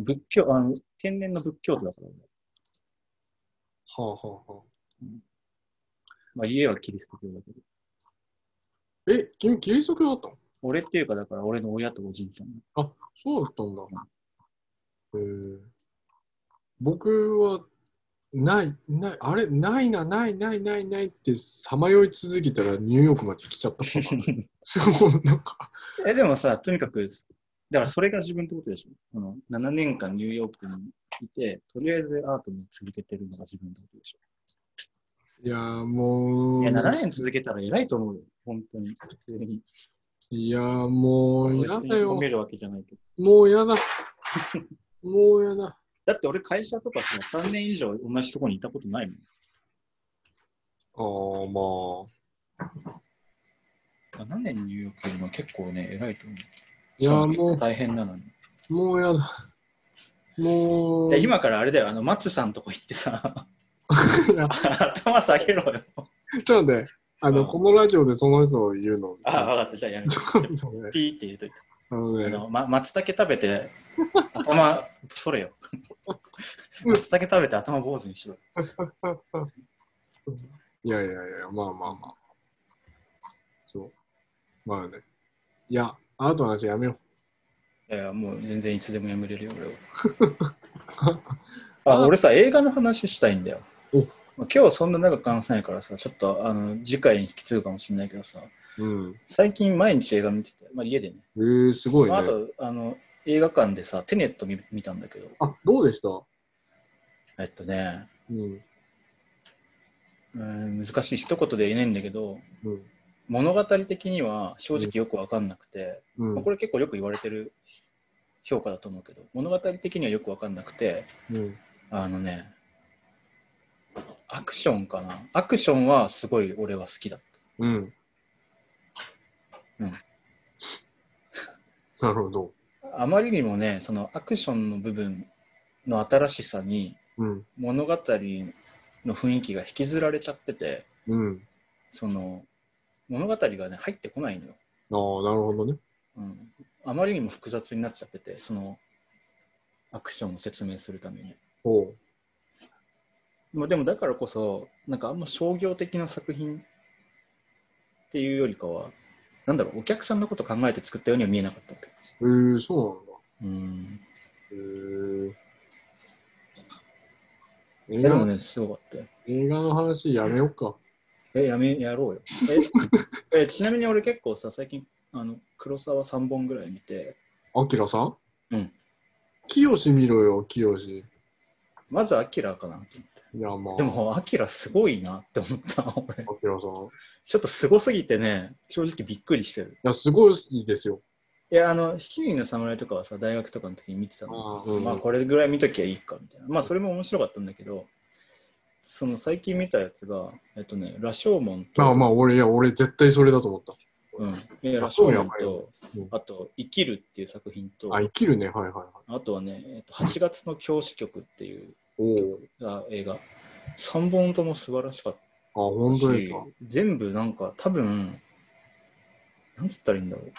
Speaker 1: ん。仏教、あの、天然の仏教徒だから、ね、
Speaker 2: はあはあは
Speaker 1: まあ家はキリスト教だけど。
Speaker 2: あ。え、君、キリスト教だったの
Speaker 1: 俺っていうか、だから俺の親とおじいちゃん。
Speaker 2: あ、そうだったんだ。へえ。僕は、ない、ない、あれ、ないな、ない、ない、ない、ないって、さまよい続けたらニューヨークまで来ちゃったパターン <laughs> そう、なんか、
Speaker 1: え、でもさ、とにかく、だからそれが自分ってことでしょ。その7年間ニューヨークにいて、とりあえずアートに続けてるのが自分ってことでし
Speaker 2: いやーも
Speaker 1: ょ。
Speaker 2: う。
Speaker 1: いや、7年続けたら偉いと思うよ。本当に、普通に。
Speaker 2: いやーもう、や
Speaker 1: 別に
Speaker 2: だよ
Speaker 1: 褒。めるわけじゃないけど。
Speaker 2: もうやだ。
Speaker 1: <laughs>
Speaker 2: もうやだ。
Speaker 1: だって俺会社とかさ、3年以上同じとこにいたことないもん。
Speaker 2: ああ、まあ。
Speaker 1: 7年ニューヨークよりも結構ね、偉いと思う。
Speaker 2: いやーも
Speaker 1: 大変なのに。
Speaker 2: う、もうやだ。
Speaker 1: い
Speaker 2: も、
Speaker 1: うや、今からあれだよ、あの、松さんとこ行ってさ、 <laughs>
Speaker 2: いや
Speaker 1: 頭下げろよ。
Speaker 2: ちょっと待って、あ
Speaker 1: う
Speaker 2: の、
Speaker 1: ん
Speaker 2: このラジオでその人を言うの。
Speaker 1: あ、わかった、じゃあやめ
Speaker 2: <laughs> ち
Speaker 1: る。
Speaker 2: ょっとね、
Speaker 1: ピーって言うといて。
Speaker 2: あの
Speaker 1: あ
Speaker 2: ね、
Speaker 1: の、ま、松茸食べて、頭、それよ。松茸食べて頭坊主にしろ。
Speaker 2: いやいやいや、まあまあまあ。そう。まあね。いや、アートの話やめよ
Speaker 1: いやいや、もう全然いつでもやめれるよ、俺は。
Speaker 2: <laughs> う。
Speaker 1: あ、俺さ、映画の話したいんだよ。
Speaker 2: お
Speaker 1: まあ今日そんな長く話せないからさ、ちょっとあの次回に引き継ぐかもしれないけどさ、
Speaker 2: うん。
Speaker 1: 最近毎日映画見てて、まあ、家でね。
Speaker 2: えー、すごいね
Speaker 1: まあ、あ。とあの映画館でさ、テネット見見たんだけど、
Speaker 2: あ、どうでしたう
Speaker 1: えっとね、
Speaker 2: ん。
Speaker 1: うーん難しい、一言で言えないんだけど、
Speaker 2: うん。
Speaker 1: 物語的には正直よくわかんなくて、
Speaker 2: うん
Speaker 1: まあ、これ結構よく言われてる評価だと思うけど物語的にはよく分かんなくて
Speaker 2: うん。
Speaker 1: あのねアクションかなアクションはすごい俺は好きだ
Speaker 2: うん。
Speaker 1: うん
Speaker 2: なるほど。
Speaker 1: あまりにもねそのアクションの部分の新しさに
Speaker 2: うん。
Speaker 1: 物語の雰囲気が引きずられちゃってて
Speaker 2: うん。
Speaker 1: その物語がね入ってこないのよ、
Speaker 2: ああ、なるほどね。
Speaker 1: うん、あまりにも複雑になっちゃっててそのアクションを説明するために
Speaker 2: ほう。
Speaker 1: まあ、でもだからこそ、なんかあんま商業的な作品っていうよりかは、なんだろう、お客さんのこと考えて作ったようには見えなかったって感じ。
Speaker 2: えー、そう
Speaker 1: うん。
Speaker 2: なんだ。えー、映
Speaker 1: で
Speaker 2: 画
Speaker 1: も
Speaker 2: の、
Speaker 1: ね、すごかったよ。
Speaker 2: 映画の話やめよっか。
Speaker 1: え、やめ、やろうよ。え、 <laughs> えちなみに俺結構さ、最近、あの、黒沢3本ぐらい見て、
Speaker 2: あきらさん
Speaker 1: うん。
Speaker 2: 清見ろよ、清。い
Speaker 1: まずアキラかなって
Speaker 2: や、まあ、
Speaker 1: でも、アキラすごいなって思った、俺。
Speaker 2: あきらさん。い
Speaker 1: ちょっとすごすぎてね、正直びっくりしてる。
Speaker 2: や、すごい好きですよ。
Speaker 1: いや、あの、七人の侍とかはさ、大学とかの時に見てたの。
Speaker 2: あーうん
Speaker 1: まあ、これぐらい見ときゃいいか、みたいな。まあ、それも面白かったんだけど、その最近見たやつが、えっとね、羅生門と、
Speaker 2: まあまあ、俺、いや、俺、絶対それだと思った。
Speaker 1: うん、で羅
Speaker 2: 羅生
Speaker 1: 生
Speaker 2: 門
Speaker 1: 門と、
Speaker 2: うん
Speaker 1: あと、生きるっていう作品と、
Speaker 2: あ、
Speaker 1: あ
Speaker 2: 生きるね、はいはいはい。
Speaker 1: とはね、えっと、8月の教師局っていう
Speaker 2: お
Speaker 1: あ映画、3本とも素晴らしかった
Speaker 2: お。あ、本当です
Speaker 1: し
Speaker 2: か。、
Speaker 1: 全部なんか、多分、なんつったらいいんだろう。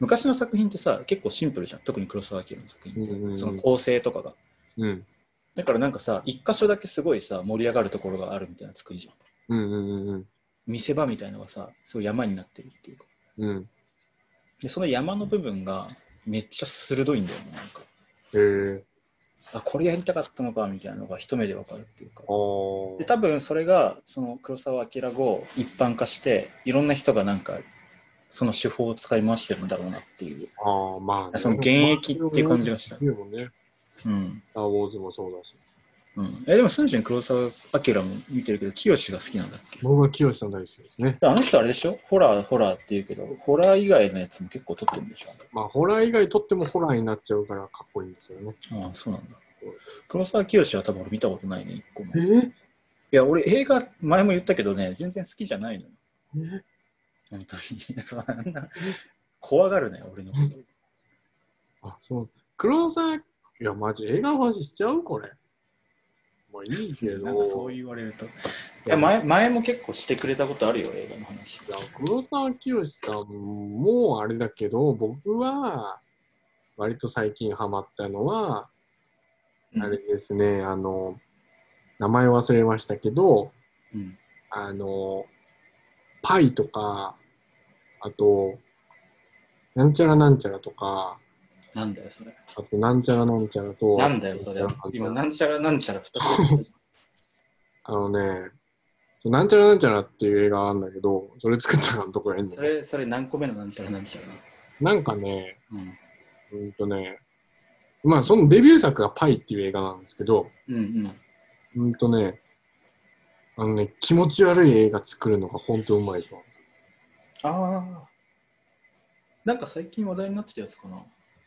Speaker 1: 昔の作品ってさ、結構シンプルじゃん。特に黒沢明の作品って。
Speaker 2: うんうんうん
Speaker 1: その構成とかが。
Speaker 2: うん。
Speaker 1: だからなんかさ、一箇所だけすごいさ、盛り上がるところがあるみたいな作りじゃん。
Speaker 2: うんうんうん
Speaker 1: 見せ場みたいなのがさ、すごい山になってるっていうか。
Speaker 2: うん。うん。
Speaker 1: で、その山の部分がめっちゃ鋭いんだよね、なんか。
Speaker 2: へえ。
Speaker 1: あ、これやりたかったのかみたいなのが一目でわかるっていうか。
Speaker 2: あー
Speaker 1: で多分それがその黒澤明後一般化していろんな人がなんかその手法を使い回してるんだろうなっていう、
Speaker 2: あー、まあ。
Speaker 1: その現役っていう感じがした
Speaker 2: でもね、
Speaker 1: うん
Speaker 2: スター・ウォーズもそうだし。
Speaker 1: うん、えでもスンジン黒澤明も見てるけど清が好きなんだっけ
Speaker 2: 僕は清さん大好きですね。
Speaker 1: あの人あれでしょホラーホラーって言うけどホラー以外のやつも結構撮ってるんでしょ
Speaker 2: まあ、ホラー以外撮ってもホラーになっちゃうからかっこいいんですよね。
Speaker 1: ああそうなんだ黒沢清は多分俺見たことないね一個も
Speaker 2: え
Speaker 1: いや俺映画前も言ったけどね全然好きじゃないのよ <laughs>
Speaker 2: え
Speaker 1: 本当にそんな怖がるね俺のこと
Speaker 2: あ、そう。黒沢、いや、マジ、映画の話しちゃうこれ。まあ、いいけど。
Speaker 1: なんかそう言われると。いや前前も結構してくれたことあるよ、映画の話。
Speaker 2: いや黒沢清さんもあれだけど僕は割と最近ハマったのは、あれですねあの名前忘れましたけど
Speaker 1: うん
Speaker 2: あのパイとかあとなんちゃらなんちゃらとか
Speaker 1: なんだよ、それ。
Speaker 2: あとなんちゃらなんちゃらと
Speaker 1: なんだよ、それ。今、なんちゃらなんちゃら2つ。 <laughs>
Speaker 2: あのねそうなんちゃらなんちゃらっていう映画があるんだけどそれ作った監督がいるんだ
Speaker 1: そ
Speaker 2: けど
Speaker 1: れ、それ何個目のなんちゃらなんちゃらな。
Speaker 2: なんかね
Speaker 1: うん。
Speaker 2: うんとね、まあそのデビュー作がパイっていう映画なんですけど、
Speaker 1: うんうん。
Speaker 2: うんとね、あのね、気持ち悪い映画作るのが本当うまい人なんですよ。
Speaker 1: ああ。なんか最近話題になってたやつかな。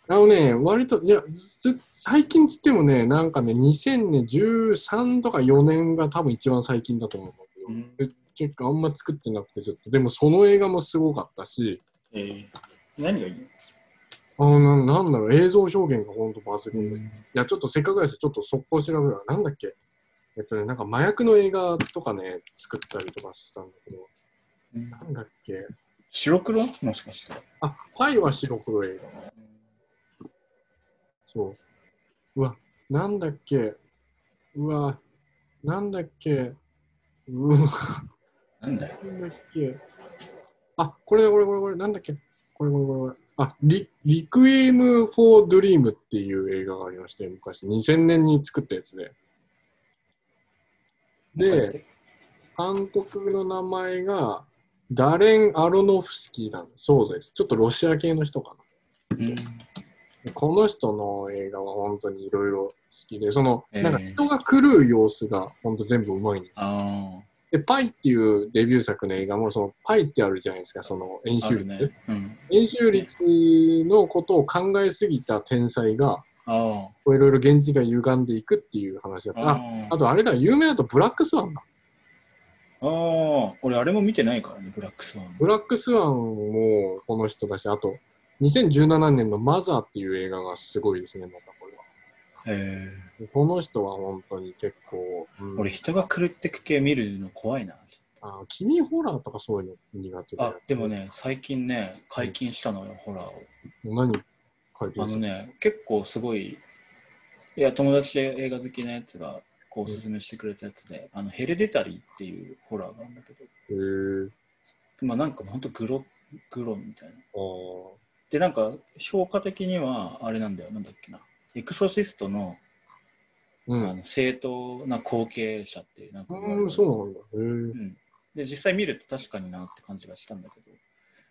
Speaker 2: あのね、割と、いや、ず最近つってもね、なんかね、2013とか4年が多分一番最近だと思うんだけど、
Speaker 1: ん
Speaker 2: 結構あんま作ってなくてずっと、でもその映画もすごかったし、
Speaker 1: えー、何がいいの
Speaker 2: あのななんだろう、映像表現が本当抜群です。いや、ちょっとせっかくだし、ちょっと速攻調べるわ。なんだっけえっとね、なんか麻薬の映画とかね、作ったりとかしたんだけど、
Speaker 1: うん
Speaker 2: なんだっけ
Speaker 1: 白黒もしかして。
Speaker 2: あ、パイは白黒映画。そう。うわ、なんだっけうわ、なんだっけうわ、
Speaker 1: なんだよ。
Speaker 2: なんだっけあ、これだ、これ、これ、これ、なんだっけこれ、これ、これ、これ。あ、リリクエーム・フォー・ドリームっていう映画がありまして、昔、2000年に作ったやつで。で、、監督の名前がダレン・アロノフスキーなんです。そうです。ちょっとロシア系の人か
Speaker 1: うん、
Speaker 2: な。この人の映画は本当にいろいろ好きで、その、
Speaker 1: えー
Speaker 2: なんか人が狂う様子が本当全部うまいんですよ。
Speaker 1: あ
Speaker 2: で、パイっていうデビュー作の映画も、そのパイってあるじゃないですか、その演
Speaker 1: あ。あ
Speaker 2: 習
Speaker 1: る
Speaker 2: 率。
Speaker 1: ね。うん。
Speaker 2: 演習率のことを考えすぎた天才が、
Speaker 1: あ
Speaker 2: こういろいろ現地が歪んでいくっていう話だった。
Speaker 1: あ。
Speaker 2: ああとあれだ、有名だとブラックスワンだ。
Speaker 1: ああ、俺あれも見てないからね、ブラックスワン。
Speaker 2: ブラックスワンもこの人だし、あと、2017年のマザーっていう映画がすごいですね、またこれは。
Speaker 1: へ
Speaker 2: この人は本当に結構、うん
Speaker 1: ー俺人が狂ってく系見るの怖いな。
Speaker 2: あ君ホラーとかそういうの苦手だ
Speaker 1: あ
Speaker 2: よ、
Speaker 1: でも。ね、最近ね、解禁したのよ、ホラーを。
Speaker 2: 何書いて
Speaker 1: あ
Speaker 2: る
Speaker 1: のね、結構すごい、いや、友達で映画好きなやつが、こう、おすすめしてくれたやつで、あの、ヘレデタリーっていうホラーなんだけど、
Speaker 2: へー
Speaker 1: まあなんかほんとグロ、グロみたいな。
Speaker 2: あー
Speaker 1: で、なんか、評価的には、あれなんだよ、なんだっけな。エクソシストの、
Speaker 2: う
Speaker 1: あ
Speaker 2: ん。
Speaker 1: の正当な後継者って、なんか言われてる
Speaker 2: うん、そうなんだ。へ
Speaker 1: うんで実際見ると確かになって感じがしたんだけど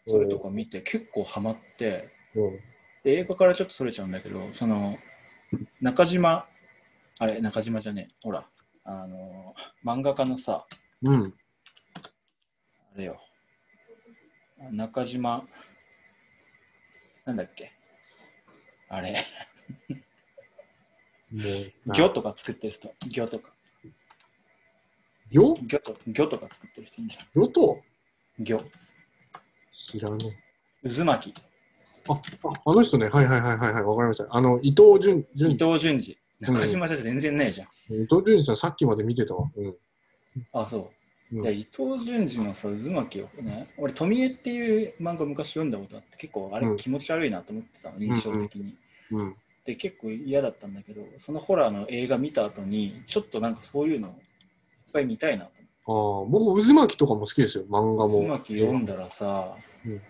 Speaker 1: それとか見て結構ハマって
Speaker 2: え。うん
Speaker 1: で映画からちょっとそれちゃうんだけどその中島あれ中島じゃねえほらあの漫画家のさ
Speaker 2: うん。
Speaker 1: あれよ中島なんだっけあれ
Speaker 2: もう
Speaker 1: 魚とか作ってる人魚とか
Speaker 2: 魚
Speaker 1: 魚と魚とか作ってる人いいじゃ
Speaker 2: 魚と
Speaker 1: ん魚
Speaker 2: 知らね
Speaker 1: 渦巻き
Speaker 2: え。あ、ああの人ね。はいはいはいはいはい。わかりました。あの、伊藤淳、
Speaker 1: 伊
Speaker 2: 淳、
Speaker 1: 藤潤二
Speaker 2: うん
Speaker 1: 中島じゃ全然ないじゃん、
Speaker 2: 伊藤淳さんさっきまで見てたわ。うん。
Speaker 1: あそう
Speaker 2: うん
Speaker 1: で伊藤潤二のさ渦巻きをね俺「富江」っていう漫画昔読んだことあって結構あれ
Speaker 2: うん
Speaker 1: 気持ち悪いなと思ってたの、印象的に、
Speaker 2: うん。
Speaker 1: って結構嫌だったんだけど、そのホラーの映画見た後に、ちょっとなんかそういうのいっぱい見たいなと
Speaker 2: ああ、僕、渦巻きとかも好きですよ、漫画
Speaker 1: 思って。
Speaker 2: も。
Speaker 1: うまく読んだらさ、
Speaker 2: うん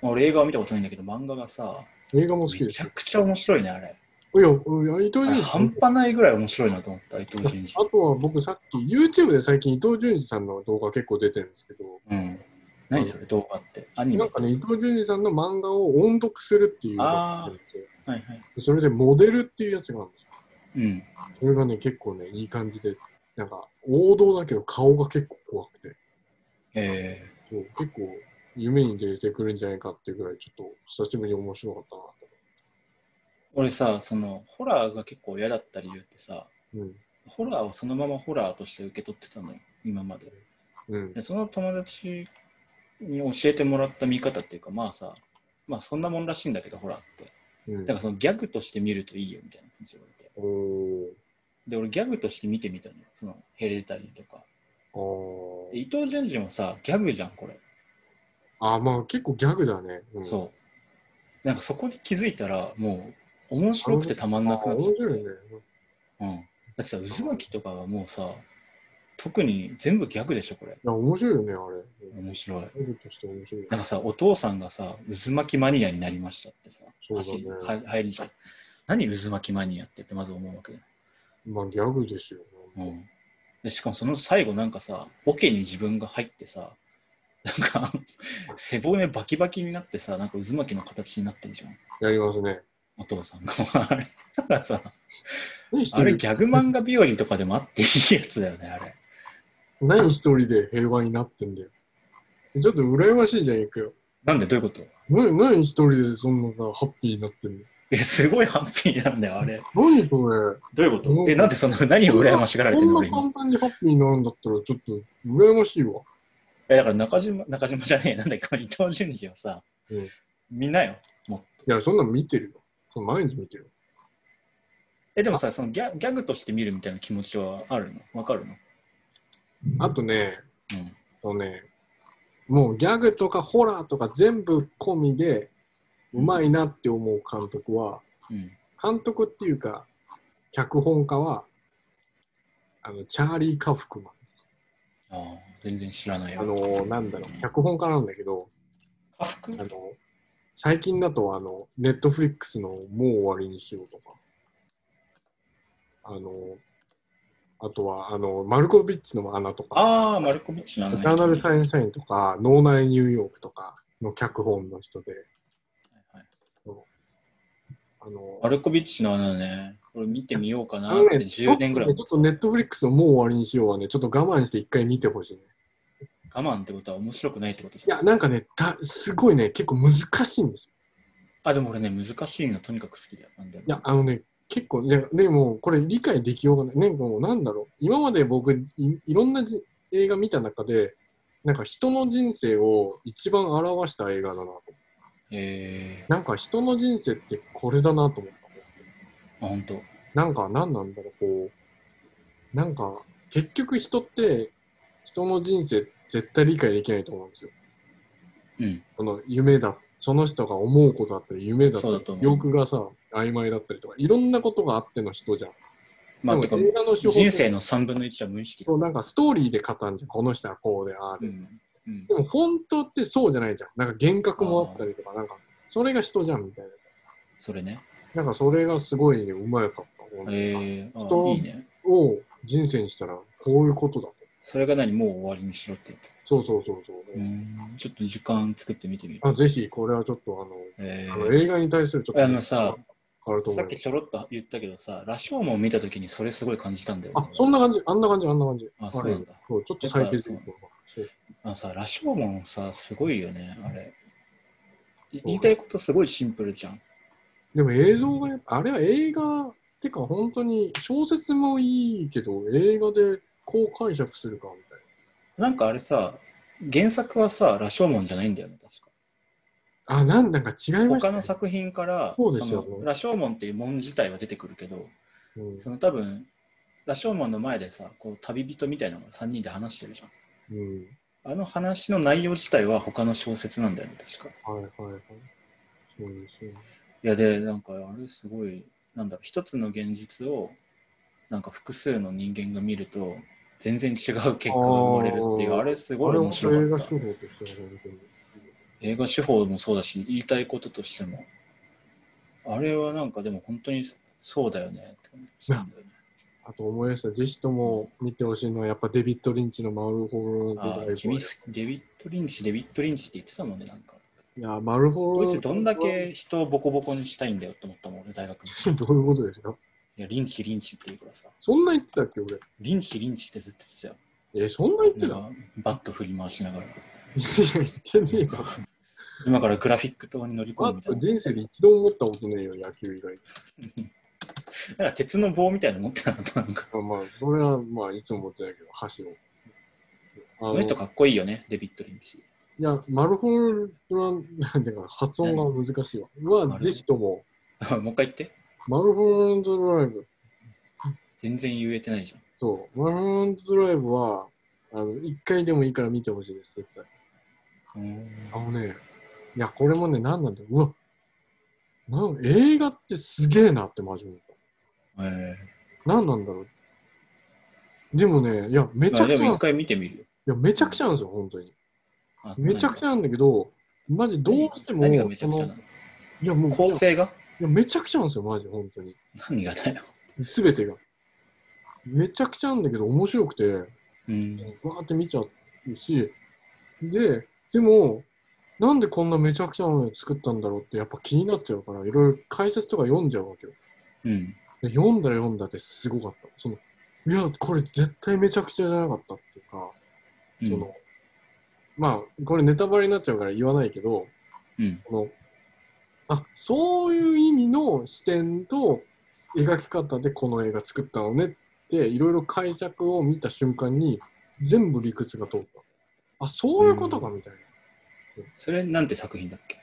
Speaker 1: まあ俺映画は見たことないんだけど、漫画がさ、
Speaker 2: 映画も好き
Speaker 1: め
Speaker 2: です
Speaker 1: ちゃ
Speaker 2: よ。
Speaker 1: くちゃ面白いね、あれ。
Speaker 2: いや、うん伊藤
Speaker 1: あれ
Speaker 2: 潤
Speaker 1: 半
Speaker 2: 二
Speaker 1: 端ないぐらい面白いなと思った、伊藤潤
Speaker 2: さん。あとは僕、さっき YouTube で最近伊藤潤二さんの動画結構出てるんですけど、
Speaker 1: 二。うん。何それ、動画って。アニメ。
Speaker 2: なんかね、伊藤潤二さんの漫画を音読するっていうのがあるんですよ。
Speaker 1: はいはい。
Speaker 2: それでモデルっていうやつがあるんですよ。
Speaker 1: うん。
Speaker 2: それがね、結構ね、いい感じで、なんか王道だけど顔が結構怖くて、
Speaker 1: え
Speaker 2: そう結構夢に出てくるんじゃないかっていうぐらい、ちょっと久しぶりに面白かったなと。
Speaker 1: ー、俺さ、その、ホラーが結構嫌だった理由ってさ、
Speaker 2: うん。
Speaker 1: ホラーをそのままホラーとして受け取ってたのよ、今まで。
Speaker 2: うん。
Speaker 1: でその友達に教えてもらった見方っていうかまあさまあそんなもんらしいんだけどホラーって
Speaker 2: うん
Speaker 1: だからそのギャグとして見るといいよみたいな感じで言われて
Speaker 2: おー。
Speaker 1: で俺ギャグとして見てみたのよそのヘレタリーとか
Speaker 2: あー
Speaker 1: で伊藤潤二もさギャグじゃんこれ、
Speaker 2: あー、まあ結構ギャグだね。うん、
Speaker 1: そうなんかそこに気づいたらもう面白くてたまんなくな
Speaker 2: あー
Speaker 1: っちゃ
Speaker 2: 面
Speaker 1: って、
Speaker 2: 白いね。
Speaker 1: うん、だってさ渦巻きとかはもうさ特に全部ギャグでしょこれ
Speaker 2: いや、面白いよね、あれ。うん
Speaker 1: 面白い
Speaker 2: ギャグとして面白い。
Speaker 1: なんかさ、お父さんがさ、渦巻きマニアになりましたってさ、
Speaker 2: そうだね
Speaker 1: 走りは入りじゃん。何渦巻きマニアってってまず思うわけだよ、
Speaker 2: まあギャグですよ。
Speaker 1: うんで。しかもその最後なんかさ、オケに自分が入ってさ、なんか <laughs> 背骨バキバキになってさ、なんか渦巻きの形になってるじゃん。
Speaker 2: やりますね。
Speaker 1: お父さんが。 <laughs> あれだからさ、
Speaker 2: 何一
Speaker 1: あれ
Speaker 2: 人
Speaker 1: ギャグ漫画日和とかでもあっていいやつだよね、あれ。
Speaker 2: 何一人で平和になってんだよ。ちょっと羨ましいじゃん、いくよ。
Speaker 1: なんでどういうこと
Speaker 2: な何一人でそんなさ、ハッピーになってんの
Speaker 1: え、すごいハッピーなんだよ、あれ。
Speaker 2: 何そ
Speaker 1: どういうこ
Speaker 2: う
Speaker 1: と
Speaker 2: ん
Speaker 1: え、なんでそんな、何を羨ましがら
Speaker 2: れ
Speaker 1: れて
Speaker 2: こ
Speaker 1: る
Speaker 2: ん
Speaker 1: の
Speaker 2: な
Speaker 1: 俺今
Speaker 2: 簡単にハッピーになるんだったら、ちょっと羨ましいわ。
Speaker 1: えだから中島、中島じゃねえ、なんだっけ、伊藤潤二をさ、
Speaker 2: うん
Speaker 1: 見なよ。
Speaker 2: いや、そんなん見てるよ。その毎日見てるよ。
Speaker 1: え、でもさ、そのギャギャグとして見るみたいな気持ちはあるのわかるの
Speaker 2: あとね、
Speaker 1: うん。
Speaker 2: あのね、もうギャグとかホラーとか全部込みで、うまいなって思う監督は、
Speaker 1: うん。
Speaker 2: 監督っていうか、脚本家は、あの、チャーリー・カフクマン。
Speaker 1: ああ、全然知らないよ。
Speaker 2: あのなんだろう、脚本家なんだけど、
Speaker 1: あ服
Speaker 2: あの最近だと、あの、ネットフリックスのもう終わりにしようとか、あのあとは、あの、マルコビッチの穴とか、
Speaker 1: ああ、マルコビッチな
Speaker 2: エ
Speaker 1: んだ、ね。
Speaker 2: ターナルサインサインとか、脳内ニューヨークとかの脚本の人で、
Speaker 1: はい
Speaker 2: あの、
Speaker 1: マルコビッチのあのね、これ見てみようかな
Speaker 2: あ
Speaker 1: っ
Speaker 2: の
Speaker 1: て
Speaker 2: ね、
Speaker 1: 10年ぐらい
Speaker 2: ちょっとネットフリックスのもう終わりにしようはね、ちょっと我慢して一回見てほしいね。
Speaker 1: 我慢ってことは面白くないってことじ
Speaker 2: い
Speaker 1: ゃん
Speaker 2: や、なんかね、たすごいね、結構難しいんですよ
Speaker 1: あ、でも俺ね、難しいのとにかく好きだよ。なんでも
Speaker 2: いや、あのね、結構、ね、でも、これ理解できようがない。なんかもう、なんだろう。今まで僕、いいろんなじ映画見た中で、なんか人の人生を一番表した映画だなと。
Speaker 1: え
Speaker 2: なんか人の人生ってこれだなと思った。
Speaker 1: ー、あ、ほんと。
Speaker 2: なんか、なんなんだろう、こう。なんか、結局人って、人の人生絶対理解できないと思うんですよ。
Speaker 1: うん。
Speaker 2: その夢だ、その人が思うことだったり、夢だった
Speaker 1: そう
Speaker 2: り
Speaker 1: だと、思う
Speaker 2: 記憶がさ、曖昧だったりとか、いろんなことがあっての人じゃん。
Speaker 1: まあ、
Speaker 2: で
Speaker 1: てか、
Speaker 2: も映画の手法って
Speaker 1: 人生の3分の1は無意識だ
Speaker 2: そ。うなんかストーリーで語るじゃん。この人はこうで、ああ
Speaker 1: う
Speaker 2: で。
Speaker 1: ん。うん
Speaker 2: でも本当ってそうじゃないじゃん。なんか幻覚もあったりとか、なんか、それが人じゃんみたいなさ。
Speaker 1: それね。
Speaker 2: なんかそれがすごいね、うまいかった。本当に
Speaker 1: えー、
Speaker 2: 人
Speaker 1: あいいね。
Speaker 2: を人生にしたら、こういうことだと。
Speaker 1: それが何もう終わりにしろってやつ。
Speaker 2: そうそうそうそうう。
Speaker 1: ん、ちょっと時間作ってみてみる。
Speaker 2: あぜひ、これはちょっとあの、
Speaker 1: え
Speaker 2: あの
Speaker 1: ー
Speaker 2: 映画に対するちょっと、
Speaker 1: あのさ、
Speaker 2: 変わると思
Speaker 1: さ
Speaker 2: い
Speaker 1: っ
Speaker 2: ま
Speaker 1: き
Speaker 2: す。
Speaker 1: ちょろっと言ったけどさ、羅生門を見たときにそれすごい感じたんだよ。
Speaker 2: あ、そんな感じ、あんな感じ、あんな感じ。
Speaker 1: あそうなんだ
Speaker 2: れそうちょっと再結すると思います。
Speaker 1: あのさ、羅生門さ、すごいよね、あれ。い言いたいことすごいシンプルじゃん。
Speaker 2: でも映像がやっぱ、あれは映画ってか本当に小説もいいけど、映画でこう解釈するかみた
Speaker 1: な
Speaker 2: い
Speaker 1: んかあれさ、原作はさ、羅生門じゃないんだよね、確か。
Speaker 2: な。あ、なんだか違いまし
Speaker 1: 他
Speaker 2: た、
Speaker 1: の作品から、
Speaker 2: そうですよね
Speaker 1: の羅生門っていう門自体は出てくるけど、
Speaker 2: うん
Speaker 1: その多分、羅生門の前でさ、こう旅人みたいなのが3人で話してるじゃん。
Speaker 2: うん。
Speaker 1: あの話の内容自体は他の小説なんだよね、確か。
Speaker 2: はいはいはい。そうですよね。
Speaker 1: いや、で、なんか、あれすごい、なんだろう、一つの現実を、なんか複数の人間が見ると、全然違う結果が生まれるっていう、
Speaker 2: あー
Speaker 1: あれす
Speaker 2: あ
Speaker 1: ごい
Speaker 2: れ
Speaker 1: 面
Speaker 2: も
Speaker 1: 白
Speaker 2: 映
Speaker 1: か
Speaker 2: 画
Speaker 1: った
Speaker 2: 手。法としては本当に。
Speaker 1: 映画手法もそうだし、言いたいこととしても。あれはなんかでも本当にそうだよねって感じなんだよね。
Speaker 2: あと思い出した、ぜひとも見てほしいのは、やっぱデビッド・リンチのマルホーロ
Speaker 1: あ
Speaker 2: の
Speaker 1: ー君すデビッド・リンチ、デビッド・リンチって言ってたもんね、なんか。
Speaker 2: いや、マルホー
Speaker 1: こ
Speaker 2: ロ
Speaker 1: いつどんだけ人をボコボコにしたいんだよって思ったもん、俺、大学の。
Speaker 2: どういうことですか
Speaker 1: <laughs> いや、リンチ、リンチって言うからさ。
Speaker 2: そんな言ってたっけ、俺。
Speaker 1: リンチ、リンチってずっと言って
Speaker 2: え、そんな言ったてた
Speaker 1: よ。なんか、バット振り回しながら。
Speaker 2: いや、言ってね
Speaker 1: <laughs>
Speaker 2: えか。
Speaker 1: 今からグラフィック塔に乗り込
Speaker 2: あ
Speaker 1: むみたい
Speaker 2: と
Speaker 1: な。
Speaker 2: 人生で一度も思ったことねえよ、野球以外。
Speaker 1: なんか鉄の棒みたいなの持ってなかったなんか。
Speaker 2: まあ、まあ、それは、まあ、いつも思ってないけど、箸を。あ
Speaker 1: こ
Speaker 2: の
Speaker 1: の人かっこいいよね、デビッド・リンチ。 <laughs>
Speaker 2: いや、マルホーロは、なんていうか、発音が難しいわ。
Speaker 1: な
Speaker 2: は、
Speaker 1: る
Speaker 2: ぜひとも、
Speaker 1: あもう一回言って。
Speaker 2: マルホーロドライブ、
Speaker 1: 全然言えてないじゃん。
Speaker 2: そう、マルホーロドライブは、あの、一回でもいいから見てほしいです、絶対。
Speaker 1: うーん
Speaker 2: あのね、いや、これもね、なんなんだよ。うわ、なん映画ってすげえなって、マジで思っ
Speaker 1: え
Speaker 2: た。なんなんだろう。でもね、いや、め
Speaker 1: え
Speaker 2: ちゃくちゃ
Speaker 1: で
Speaker 2: な
Speaker 1: も
Speaker 2: ん
Speaker 1: 一
Speaker 2: です
Speaker 1: 回見てみるよ
Speaker 2: いや、めちゃくちゃなんですよ、本当に。
Speaker 1: あ。
Speaker 2: めちゃくち
Speaker 1: ゃ
Speaker 2: ゃなんだけど、マジどうしても、
Speaker 1: 何がめちゃくちゃ
Speaker 2: そ
Speaker 1: な
Speaker 2: の
Speaker 1: の
Speaker 2: いや、もう、
Speaker 1: 構
Speaker 2: いや
Speaker 1: 成が
Speaker 2: いやめちゃくちゃなんですよ、マジ、本当に。
Speaker 1: 何がだよ。
Speaker 2: すべてが。めちゃくちゃなんだけど、面白くて、わ
Speaker 1: うん。
Speaker 2: ーって見ちゃうし、で、でも、なんでこんなめちゃくちゃなのを作ったんだろうって、やっぱ気になっちゃうから、いろいろ解説とか読んじゃうわけよ。
Speaker 1: うん。
Speaker 2: で読んだら読んだってすごかった。その、いや、これ絶対めちゃくちゃじゃなかったっていうか、
Speaker 1: うん
Speaker 2: その、まあ、これネタバレになっちゃうから言わないけど、
Speaker 1: うん。
Speaker 2: このあそういう意味の視点と描き方でこの映画作ったのねっていろいろ解釈を見た瞬間に全部理屈が通ったあそういうことかみたいな、
Speaker 1: それなんて作品だっけ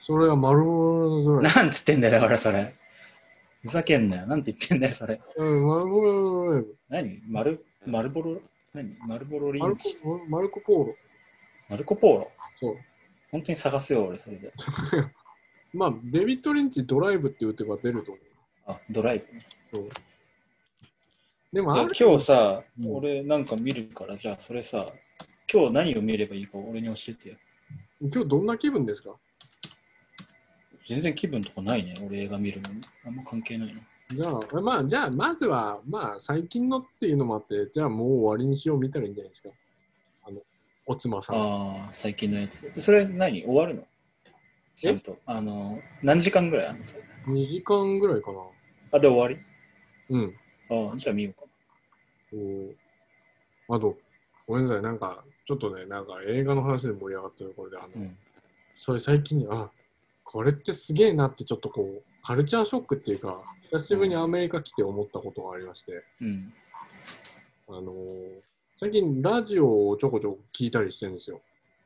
Speaker 2: それは丸の
Speaker 1: な
Speaker 2: 空
Speaker 1: んつってんだよ、だからそれ。ふざけんなよ。なんて言ってんだよ、それ。
Speaker 2: うん丸の空
Speaker 1: 何マル、マルボロ、何マルボロリ
Speaker 2: マル
Speaker 1: ン
Speaker 2: コ
Speaker 1: チ。
Speaker 2: マルコ・ポーロ
Speaker 1: マルコ・ポーロ。
Speaker 2: そう
Speaker 1: 本当に探すよ、俺、それで。
Speaker 2: まあデビッド・リンチドライブって打てば出ると思
Speaker 1: あ、ドライブ。
Speaker 2: うそうでもあ
Speaker 1: 今
Speaker 2: る
Speaker 1: 日さ、
Speaker 2: うん
Speaker 1: 俺なんか見るから、じゃあそれさ、今日何を見ればいいか俺に教えてよ。
Speaker 2: 今日どんな気分ですか
Speaker 1: 全然気分とかないね、俺映画見るのに。あんま関係ないな。
Speaker 2: じゃあ、まあ、じゃあ、まずは、まあ、最近のっていうのもあって、じゃあもう終わりにしようみたいないいんじゃないですか。あの、おつまさん。
Speaker 1: ああ、最近のやつ。それ何終わるのちゃんと。あの、何時間ぐらいあるのそれ
Speaker 2: 2時間ぐらいかな。
Speaker 1: あ、で終わ
Speaker 2: うん。
Speaker 1: りああ、じゃあ見ようか
Speaker 2: こうあと、ごめんなさい、なんか、ちょっとね、なんか映画の話で盛り上がったところで、あの、
Speaker 1: な。うん。
Speaker 2: それ最近、あ、これってすげえなって、ちょっとこう、カルチャーショックっていうか、久しぶりにアメリカ来て思ったことがありまして、
Speaker 1: うん。
Speaker 2: あのー最近ラジオをちょこちょこ聞いたりしてるんですよ。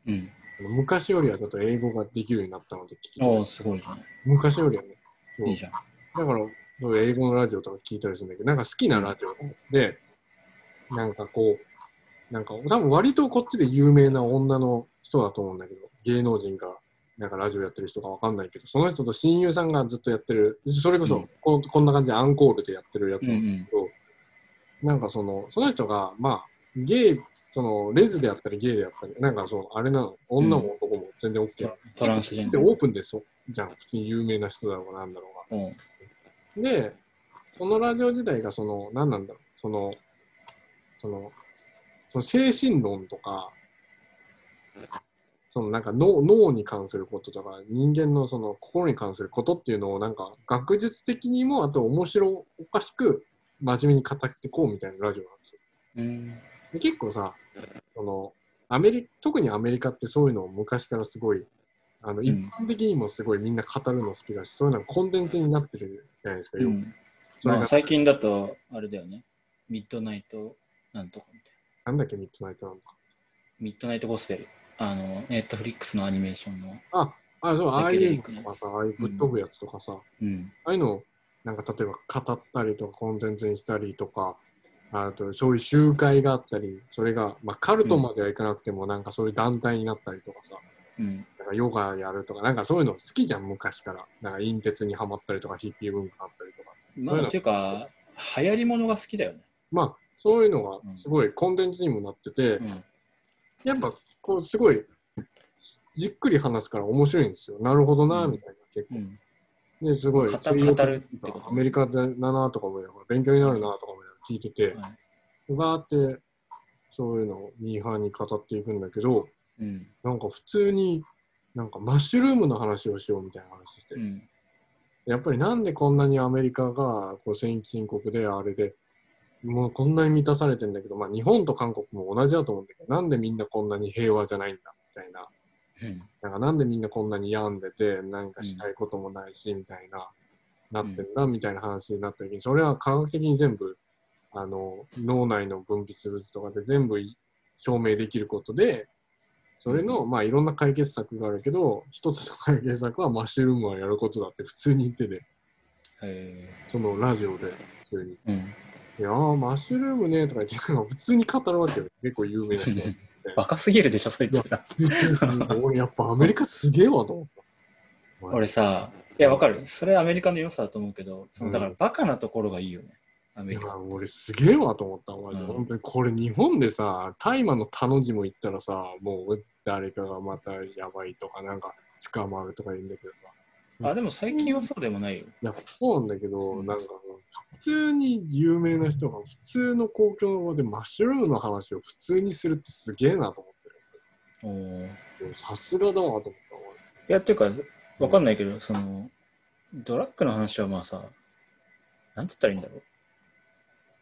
Speaker 1: うん。
Speaker 2: あの昔よりはちょっと英語ができるようになったので聞きたい
Speaker 1: おお、すごいじゃん。
Speaker 2: 昔よりはね。そう
Speaker 1: いいじゃん。
Speaker 2: だから、そう英語のラジオとか聞いたりするんだけど、なんか好きなラジオで、なんかこう、なんか多分割とこっちで有名な女の人だと思うんだけど、芸能人が、なんかラジオやってる人かわかんないけど、その人と親友さんがずっとやってる、それこ
Speaker 1: う
Speaker 2: そ、
Speaker 1: ん
Speaker 2: こんこんな感じでアンコールでやってるや
Speaker 1: う
Speaker 2: つ
Speaker 1: んうん。
Speaker 2: なんかその、その人が、まあ、ゲイ、その、レズであったりゲイであったり、なんかその、あれなの、女も男も全然 OK
Speaker 1: トラトランスジェン
Speaker 2: で、
Speaker 1: ダ
Speaker 2: オ
Speaker 1: ー。
Speaker 2: ープンでそじゃん、普通に有名な人だろうが、なんだろうが。
Speaker 1: うん。
Speaker 2: で、そのラジオ自体がその、何なんだろう、その、その、その精神論とか、そのなんか脳脳に関することとか、人間のその心に関することっていうのをなんか学術的にも、あと面白おかしく真面目に語ってこうみたいなラジオなんですよ。
Speaker 1: うん。
Speaker 2: で結構さ、そのアメリ特にアメリカってそういうのを昔からすごい、あの一般的にもすごいみんな語るの好きだし、そういうのがコンテンツになってるじゃないですか、
Speaker 1: う
Speaker 2: よく
Speaker 1: ん。
Speaker 2: それ
Speaker 1: まあ
Speaker 2: が
Speaker 1: 最近だと、あれだよね。ミッドナイト、なんとかみたいな。
Speaker 2: なんだっけ、ミッドナイトなのか。
Speaker 1: ミッドナイトゴスペル。あの、ネットフリックスのアニメーションの。
Speaker 2: あ、あ、そう、あ
Speaker 1: サ
Speaker 2: あ
Speaker 1: イケデ
Speaker 2: いう
Speaker 1: リ
Speaker 2: の
Speaker 1: ックなやつ
Speaker 2: とかさ、ああいうぶっ飛ぶやつとかさ、あ
Speaker 1: うん。
Speaker 2: あいうのを、なんか例えば語ったりとか、コンテンツにしたりとか、あとそういう集会があったり、それが、まあ、カルトまではいかなくても、なんかそういう団体になったりとかさ、
Speaker 1: うん。
Speaker 2: なんかヨガやるとか、なんかそういうの好きじゃん、昔から。なんか、陰鉄にはまったりとか、ヒッピー文化あったりとか。そういう
Speaker 1: なん
Speaker 2: の
Speaker 1: ていうか、流行りものが好きだよね。
Speaker 2: まあ、そういうのがすごいコンテンツにもなってて、
Speaker 1: うん
Speaker 2: やっぱこうすごいじっくり話すから面白いんですよ。なるほどな、みたいな。結
Speaker 1: うん。
Speaker 2: 構ね、すごい。
Speaker 1: 語
Speaker 2: 西洋
Speaker 1: 語るって
Speaker 2: と
Speaker 1: こ
Speaker 2: か
Speaker 1: と
Speaker 2: アメリカだなとか思いながら、勉強になるなとか思いながら聞いてて、
Speaker 1: は
Speaker 2: バーってそういうのをミーハーに語っていくんだけど、
Speaker 1: うん。
Speaker 2: なんか普通になんかマッシュルームの話をしようみたいな話して、
Speaker 1: うん。
Speaker 2: やっぱりなんでこんなにアメリカがこう先進国であれでもうこんなに満たされてんだけど、まあ、日本と韓国も同じだと思うんだけどなんでみんなこんなに平和じゃないんだみたいな
Speaker 1: うん。
Speaker 2: なんかなんでみんなこんなに病んでて何かしたいこともないしみたいな、なってんだみたいな話になった時にそれは科学的に全部あの脳内の分泌物とかで全部い証明できることでそれの、まあいろんな解決策があるけど一つの解決策はマッシュルームはやることだって普通に言ってて
Speaker 1: へ
Speaker 2: そのラジオで普通に
Speaker 1: え。うん。
Speaker 2: 「いやーマッシュルームね」とか言ってなんか普通に語るわけよ結構有名な人 <laughs> が
Speaker 1: <laughs> バカすぎるでしょ、そいつら。
Speaker 2: 俺やっぱアメリカすげえわと思った。
Speaker 1: 俺さ、いや、わかる。それアメリカの良さだと思うけど、そうの
Speaker 2: ん
Speaker 1: だからバカなところがいいよね。アメ
Speaker 2: い
Speaker 1: リカ。
Speaker 2: や俺すげえわと思ったお前、
Speaker 1: うん
Speaker 2: 本当にこれ日本でさ大麻の他の字も言ったらさもう誰かがまたやばいとかなんか捕まるとか言うんだけどさうん
Speaker 1: あ、でも最近はそうでもないよ。
Speaker 2: いやそうなんだけど、
Speaker 1: うん
Speaker 2: なんか普通に有名な人が普通の公共の場でマッシュルームの話を普通にするってすげえなと
Speaker 1: お
Speaker 2: 思
Speaker 1: ーい
Speaker 2: ってるさすがだわと思った
Speaker 1: や、っていうか、わかんないけど、その、ドラッグの話はまあさ、なんて言ったらいいんだろ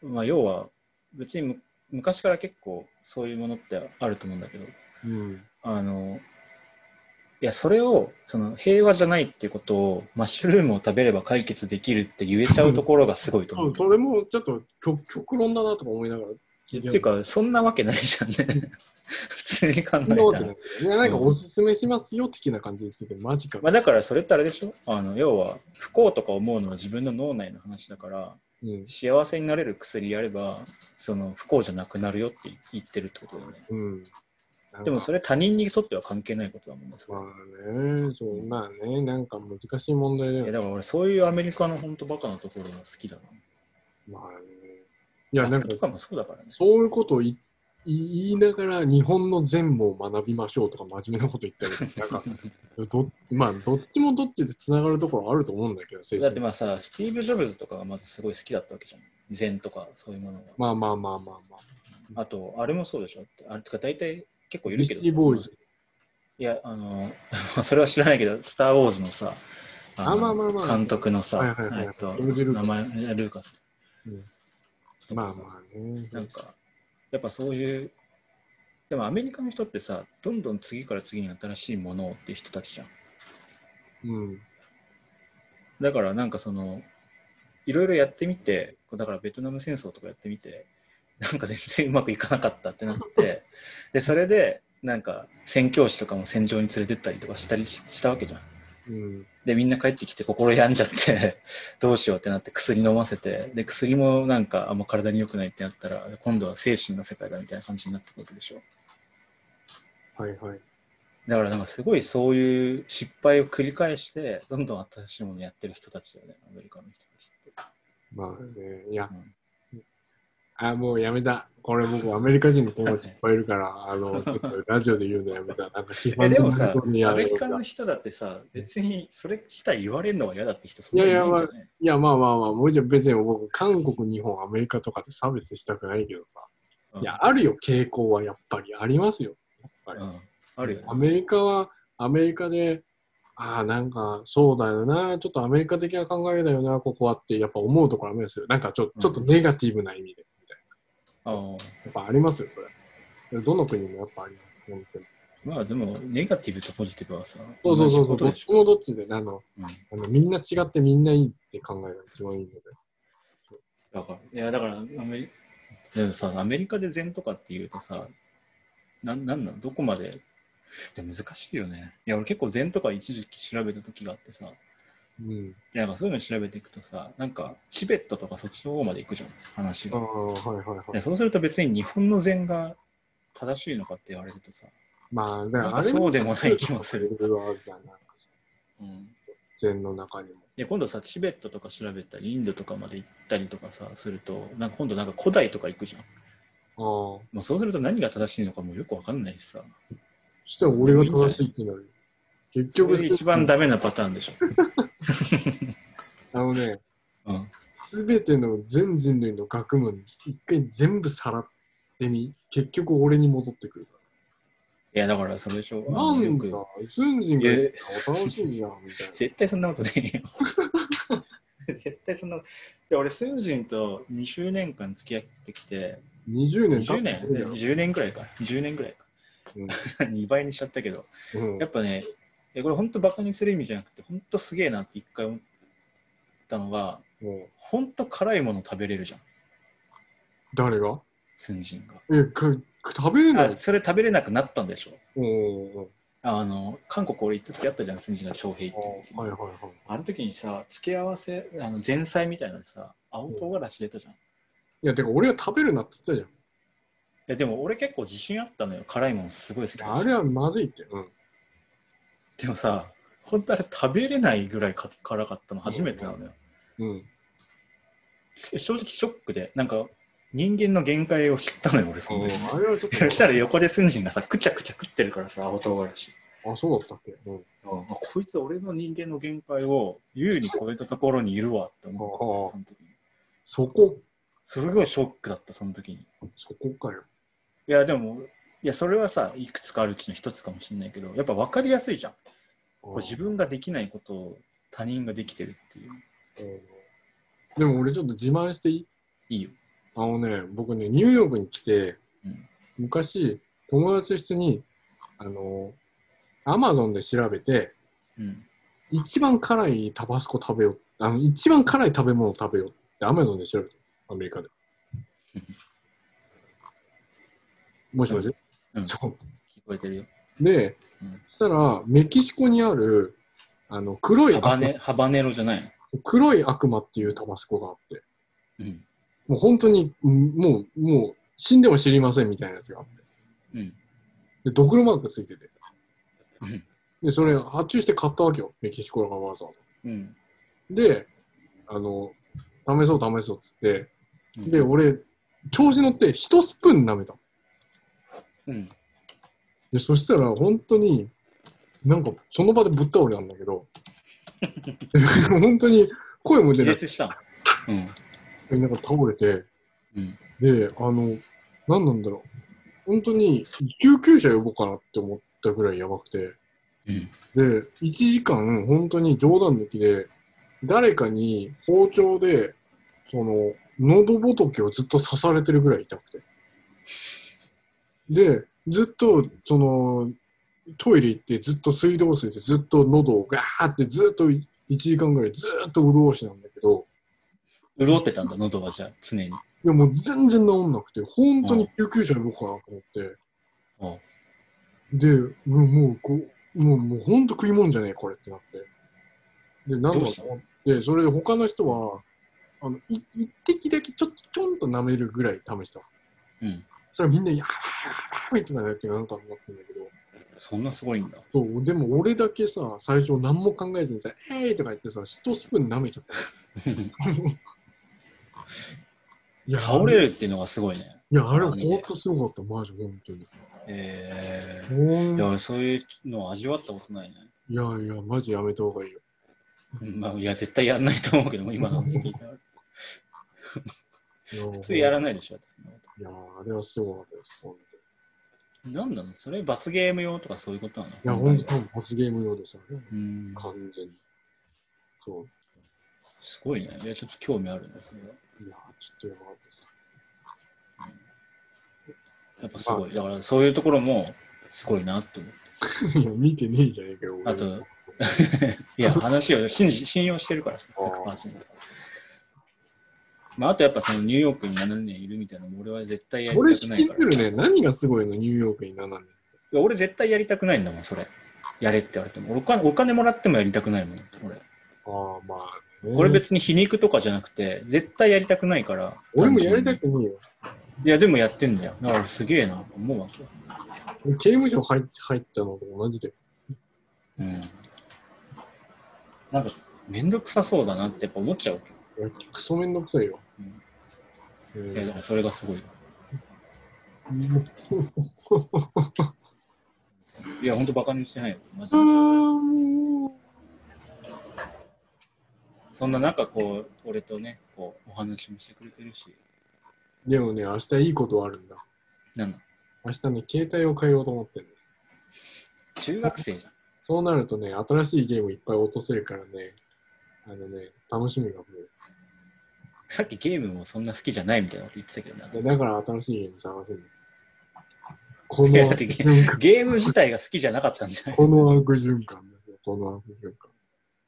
Speaker 1: う。まあ、要は、別にむ昔から結構そういうものってあると思うんだけど、
Speaker 2: お前うん
Speaker 1: あの、いや、それを、その、平和じゃないっていうことを、マッシュルームを食べれば解決できるって言えちゃうところがすごいと
Speaker 2: 多
Speaker 1: 思う
Speaker 2: 分。それもちょっと極極論だなとか思いながら聞い
Speaker 1: って
Speaker 2: て
Speaker 1: いうか、そんなわけないじゃんね。 <laughs> 普通に考え
Speaker 2: そ
Speaker 1: た
Speaker 2: んなわけ
Speaker 1: ら
Speaker 2: ない。いやなんかおすすめしますよ的な感じで言っててマジか
Speaker 1: まあ、だからそれってあれでしょあの要は不幸とか思うのは自分の脳内の話だから
Speaker 2: うん
Speaker 1: 幸せになれる薬やればその不幸じゃなくなるよって言ってるってことだよね
Speaker 2: うん。
Speaker 1: でもそ
Speaker 2: れ。
Speaker 1: れ他人にとっては関係ないことだもんねそれ
Speaker 2: まあね、そう、まあね、なんか難しい問題だよ
Speaker 1: いや
Speaker 2: ね。
Speaker 1: だから俺そういうアメリカの本当バカなところが好きだな
Speaker 2: まあね。いや、なんか
Speaker 1: と、かもそうだからね
Speaker 2: そういうことをい言いながら、日本の全部を学びましょうとか、真面目なこと言っ
Speaker 1: <laughs>
Speaker 2: たり、なんか、どまあ、どっちもどっちでつながるところあると思うんだけど、精
Speaker 1: だって
Speaker 2: 神
Speaker 1: まあさスティーブ・ジョブズとかがまずすごい好きだったわけじゃん禅とかそういうものが
Speaker 2: まあまあまあまあまあ。
Speaker 1: あとあれもそうでしょあれとか大体結構いる
Speaker 2: ビ
Speaker 1: け
Speaker 2: ス
Speaker 1: ど
Speaker 2: ティーボーイズ。
Speaker 1: いや、あの、 <laughs> それは知らないけど、スター・ウォーズのさ、の
Speaker 2: あまあまあまあ
Speaker 1: 監督のさ、
Speaker 2: はいはいはい
Speaker 1: えっと、
Speaker 2: ジョージルーカ
Speaker 1: 名
Speaker 2: ス
Speaker 1: 前、ルーカス。
Speaker 2: うんまあまあね。
Speaker 1: なんか、やっぱそういう、でもアメリカの人ってさ、どんどん次から次に新しいものをって人たちじゃん。
Speaker 2: うん。
Speaker 1: だからなんかその、いろいろやってみて、だからベトナム戦争とかやってみて、なんか全然うまくいかなかったってなって、で、それで、なんか宣教師とかも戦場に連れてったりとかしたりししたわけじゃん。
Speaker 2: うん。
Speaker 1: で、みんな帰ってきて心病んじゃって、 <laughs> どうしようってなって薬飲ませて、で、薬もなんかあんま体に良くないってなったら、今度は精神の世界だみたいな感じになってくるわけでしょ。
Speaker 2: はいはい。
Speaker 1: だからなんかすごいそういう失敗を繰り返して、どんどん新しいものやってる人たちだよね、アメリカの人た
Speaker 2: まあね。いや
Speaker 1: ち、って。
Speaker 2: あ、もうやめた。これ僕、アメリカ人の友達いっぱいい
Speaker 1: <laughs>
Speaker 2: るから、あの、ちょっとラジオで言うのやめた。なんか批
Speaker 1: え
Speaker 2: 判
Speaker 1: でもさ
Speaker 2: そうに、や
Speaker 1: アメ
Speaker 2: め
Speaker 1: リ
Speaker 2: た
Speaker 1: カの人だってさ、別にそれ自体言われるのは嫌だって人そん
Speaker 2: んな
Speaker 1: な
Speaker 2: に
Speaker 1: に
Speaker 2: い
Speaker 1: い
Speaker 2: な
Speaker 1: な
Speaker 2: い
Speaker 1: んい
Speaker 2: じ
Speaker 1: んじゃ
Speaker 2: ゃな
Speaker 1: な
Speaker 2: い
Speaker 1: い
Speaker 2: いや、まあまあまあ、もうじゃ別に僕、韓国、日本、アメリカとかって差別したくないけどさ。いや、あるよ、傾向はやっぱりありますよ。やっぱり
Speaker 1: あるよね
Speaker 2: ア。メリカは、アメリカで、ああ、なんか、そうだよな、ちょっとアメリカ的な考えだよな、ここはって、やっぱ思うところありますよ。なんかちょ、ちょっとネガティブな意味で、みたい
Speaker 1: ああ
Speaker 2: な。やっぱありますよ、それ。どの国もやっぱあります、本当に。
Speaker 1: まあでも、ネガティブとポジティブはさ、
Speaker 2: そうそうそうそう、ど
Speaker 1: 同
Speaker 2: っ
Speaker 1: じ
Speaker 2: ち
Speaker 1: こ
Speaker 2: もどっちで、あの、
Speaker 1: とでしょうん
Speaker 2: あのみんな違ってみんないいって考えが一番いいので。
Speaker 1: だから、いや、だから、アメリでもさ、アメリカで禅とかっていうとさ、なんなんなんどこまで、でも難しいよね。いや、俺結構禅とか一時期調べた時があってさ、
Speaker 2: うん。
Speaker 1: なんかそういうの調べていくとさ、なんかチベットとかそっちの方まで行くじゃん、話
Speaker 2: ああ、
Speaker 1: が。
Speaker 2: はいはい
Speaker 1: い
Speaker 2: は
Speaker 1: や
Speaker 2: い。
Speaker 1: そうすると別に日本の禅が正しいのかって言われるとさ、
Speaker 2: まあ、
Speaker 1: な
Speaker 2: だか
Speaker 1: ん
Speaker 2: ら
Speaker 1: か
Speaker 2: あれ
Speaker 1: そうでもない気もする。
Speaker 2: いろいろあるじゃん。なんか
Speaker 1: うん
Speaker 2: 然の中にも。
Speaker 1: で今度さチベットとか調べたりインドとかまで行ったりとかさするとなんか今度なんか古代とか行くじゃん
Speaker 2: ああ。
Speaker 1: もうそうすると何が正しいのかもうよくわかんないしさ
Speaker 2: そしたら俺が正しいってなる。結
Speaker 1: それ
Speaker 2: 局、
Speaker 1: が一番ダメなパターンでしょ、
Speaker 2: あのね、
Speaker 1: うん、
Speaker 2: すべての全人類の学問、一回全部さらってみ、結局俺に戻ってくるか
Speaker 1: いやだからそれでしょ
Speaker 2: ら。なん
Speaker 1: よ
Speaker 2: だ、
Speaker 1: く
Speaker 2: 全人類がお楽しいじゃん、みたいな。
Speaker 1: 絶対そんなことねえよ <laughs> 絶対そんなで俺スンジンと20年間付き合ってきて
Speaker 2: 20年経
Speaker 1: 20
Speaker 2: って
Speaker 1: 年
Speaker 2: るやろ
Speaker 1: 10年くらいか10年くらいか <laughs> 2倍にしちゃったけど
Speaker 2: うん。う
Speaker 1: や
Speaker 2: ん
Speaker 1: っぱね、えこれ本当バカにする意味じゃなくて、本当すげえなって一回思ったのが、
Speaker 2: うん
Speaker 1: 本当辛いもの食べれるじゃん、
Speaker 2: 誰が
Speaker 1: スンジンが。
Speaker 2: え、か食べれな
Speaker 1: あ
Speaker 2: い。
Speaker 1: それ食べれなくなったんでしょ
Speaker 2: うんうんうん。
Speaker 1: あの、韓国俺行った時あったじゃん、スンジンが徴兵行ってる時
Speaker 2: あはいはいはい。
Speaker 1: あの時にさ、付け合わせ、あの前菜みたいなのさ、青唐辛子出たじゃん。い
Speaker 2: いや、てか俺が食べるなって言ってた
Speaker 1: やでも俺結構自信あったのよ、辛いものすごい好き
Speaker 2: じ
Speaker 1: だ
Speaker 2: ゃ
Speaker 1: し
Speaker 2: ん。あれはまずいって。うん。
Speaker 1: でもさ、本当あれ食べれないぐらいか辛かったの初めてなのよ。
Speaker 2: うん。
Speaker 1: 正直ショックで、なんか人間の限界を知ったのよ、俺その時。
Speaker 2: あれはちょっ
Speaker 1: <laughs> そしたら横でスンジンがさ、くちゃくちゃ食ってるからさ、青唐辛子。
Speaker 2: と。あ、そうだったっけうん。
Speaker 1: あこいつ俺の人間の限界を優に超えたところにいるわって思った。その時に
Speaker 2: そこ。
Speaker 1: すごいショックだった、その時に。い
Speaker 2: そこかよ。
Speaker 1: や、でも、いや、それはさ、いくつかあるうちの一つかもしれないけど、やっぱ分かりやすいじゃん。こう自分ができないことを他人ができてるっていう。
Speaker 2: うんでも俺ちょっと自慢してい
Speaker 1: い
Speaker 2: い
Speaker 1: いよ。
Speaker 2: あのね、僕ね、ニューヨークに来て、
Speaker 1: うん
Speaker 2: 昔、友達と一緒に、あの、アマゾンで調べて、
Speaker 1: うん。
Speaker 2: 一番辛いタバスコ食べよう。あの、一番辛い食べ物を食べようってアマゾンで調べた。アメリカで。もしもし、
Speaker 1: うん
Speaker 2: そう。
Speaker 1: 聞こえてるよ。
Speaker 2: で、
Speaker 1: うん
Speaker 2: そしたら、メキシコにある、あの、黒い
Speaker 1: ハ
Speaker 2: 悪
Speaker 1: バ
Speaker 2: 魔、
Speaker 1: ネ、ハバネロじゃないの
Speaker 2: 黒い悪魔っていうタバスコがあって、
Speaker 1: うん。
Speaker 2: もう本当に、うんもう、もう、死んでも知りませんみたいなやつがあって。
Speaker 1: うん。
Speaker 2: で、ドクロマークついてて
Speaker 1: うん。
Speaker 2: で、それ発注して買ったわけよ。メキシコがわざわ
Speaker 1: うん。
Speaker 2: ざ。で、あの、試そう試そうっつって、
Speaker 1: うん
Speaker 2: で、、俺、調子乗って一スプーン舐めたの。
Speaker 1: うん。
Speaker 2: で、そしたら本当に、なんかその場でぶっ倒れたんだけど、 <laughs> 本当に声も出
Speaker 1: 気
Speaker 2: なく
Speaker 1: 絶したの。うん。
Speaker 2: て、なんか倒れて、
Speaker 1: うん。
Speaker 2: で、あの、何なんだろう。本当に救急車呼ぼうかなって思ったぐらいやばくて、
Speaker 1: うん。
Speaker 2: で、1時間、本当に冗談抜きで、誰かに包丁で、その、喉仏をずっと刺されてるぐらい痛くて。で、ずっと、その、トイレ行って、ずっと水道水でずっと喉をガーってずっと1時間ぐらいずっと潤しなんだけど、
Speaker 1: 潤ってたんだ、喉はじゃあ、常に。
Speaker 2: いやもう全然治んなくて、本当に救急車呼ぼうかなと思って、
Speaker 1: うん
Speaker 2: で、もう、もう、こう、もう、もう、ほんと食い物じゃねえ、これってなって。で、なんだろ
Speaker 1: どう
Speaker 2: う
Speaker 1: した
Speaker 2: と思って、それで他の人は、あの、い一滴だけちょっと、ちょんと舐めるぐらい試した。
Speaker 1: うん。
Speaker 2: それみんな、やばいやばいやばいってなって、なんかなってんだけど、
Speaker 1: そんなすご
Speaker 2: <laughs>
Speaker 1: いんだ。
Speaker 2: そう、でも俺だけさ、最初何も考えずにさ、えーとか言ってさ、一スプーン舐めちゃった。いや、
Speaker 1: 倒
Speaker 2: あ
Speaker 1: れるっていうのがすごいね。
Speaker 2: いや、あれほんとすごかった、マジ、ほんとに。
Speaker 1: え
Speaker 2: ほん
Speaker 1: ー、いや、俺そういうのを味わったことないね。
Speaker 2: いやいや、マジやめた方がいいよ。
Speaker 1: うんまあ、いや、絶対やんないと思うけども、今の話聞いた
Speaker 2: <laughs>
Speaker 1: ら。
Speaker 2: 普
Speaker 1: 普通やら
Speaker 2: い
Speaker 1: ないでしょ。そんなこ
Speaker 2: や。いや、あれはすごかったです、ほんと。
Speaker 1: となんなのそれ罰ゲーム用とかそういうことなの
Speaker 2: いや、ほんと、多分罰ゲーム用ですよね。
Speaker 1: うん。
Speaker 2: 完全に。そ
Speaker 1: すごいね。いや、ちょっと興味あるね、それは。
Speaker 2: う。いや、ちょっとやばかったです。
Speaker 1: やっぱすごい。だから、そういうところも、すごいなって思う。
Speaker 2: <laughs> いや、見てねえじゃねえかよ、俺
Speaker 1: あと、 <laughs> いや、話を信じ信用してるからさ、100%。まあ、あとやっぱそのニューヨークに7年いるみたいなのも俺は絶対やり
Speaker 2: それ
Speaker 1: たく
Speaker 2: 引
Speaker 1: な
Speaker 2: き
Speaker 1: い
Speaker 2: ず
Speaker 1: から。
Speaker 2: るね、何がすごいの、ニューヨークに7年。
Speaker 1: いや俺絶対やりたくないんだもん、それ。やれって言われても。俺お金お金もらってもやりたくないもん、俺。
Speaker 2: ああ、まあ、ね。
Speaker 1: これ別に皮肉とかじゃなくて、絶対やりたくないから。
Speaker 2: 俺もやりた
Speaker 1: 単
Speaker 2: くねえ
Speaker 1: 純
Speaker 2: よ。
Speaker 1: にいや、でもやってんだよ。だからすげえなと思うわけ。
Speaker 2: 俺刑務所入っ入ったのと同じで。
Speaker 1: うん。なんか、めんどくさそうだなってやっぱ思っちゃう。
Speaker 2: いやクソめんどくさいよ。う
Speaker 1: いや、だからそれがすごい。いや、ほんとバカにしてないよ。マジで
Speaker 2: ん。
Speaker 1: そんな中、こう、俺とね、こう、お話もしてくれてるし、
Speaker 2: <laughs> でもね、明日いいことはあるんだ。
Speaker 1: なんだ
Speaker 2: 明日ね、携帯を変えようと思ってるんです。
Speaker 1: 中学生じゃん。
Speaker 2: そうなるとね、新しいゲームいっぱい落とせるからね、あのね、楽しみが増
Speaker 1: さっきゲームもそんな好きじゃないみたいなこと言ってたけどな
Speaker 2: え。る。だから新しいゲーム探せる。この
Speaker 1: いやだっ
Speaker 2: 悪
Speaker 1: てゲ
Speaker 2: 循環、
Speaker 1: ゲーム自体が好きじゃなかったんじゃない
Speaker 2: この悪循環ですよ、この悪循環。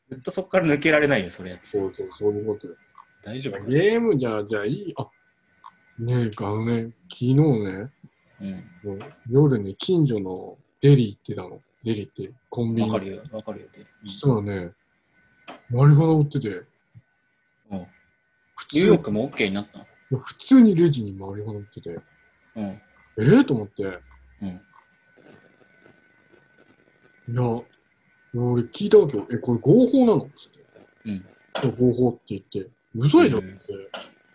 Speaker 1: ずっとそこから抜けられないよ、それやつ。
Speaker 2: そうそう、そういうことよ。
Speaker 1: 大丈夫かな
Speaker 2: ゲームじゃ、じゃあいい、あねえ、あのね、昨日ね、
Speaker 1: うん。
Speaker 2: もう夜ね、近所のデリー行ってたの。デリーってコンビニ。
Speaker 1: わかるよ、わかるよ。
Speaker 2: そしたらね、マリファナ売ってて、
Speaker 1: うんうん
Speaker 2: 普通
Speaker 1: ニューヨークも OK になったの
Speaker 2: いや普通にレジにマリファナ売ってて、
Speaker 1: うん。
Speaker 2: えー、と思って、いや、
Speaker 1: うん。
Speaker 2: 俺聞いたわけよ。え、これ合法なのつって。
Speaker 1: うん
Speaker 2: そう。合法って言って、嘘でしょっ
Speaker 1: う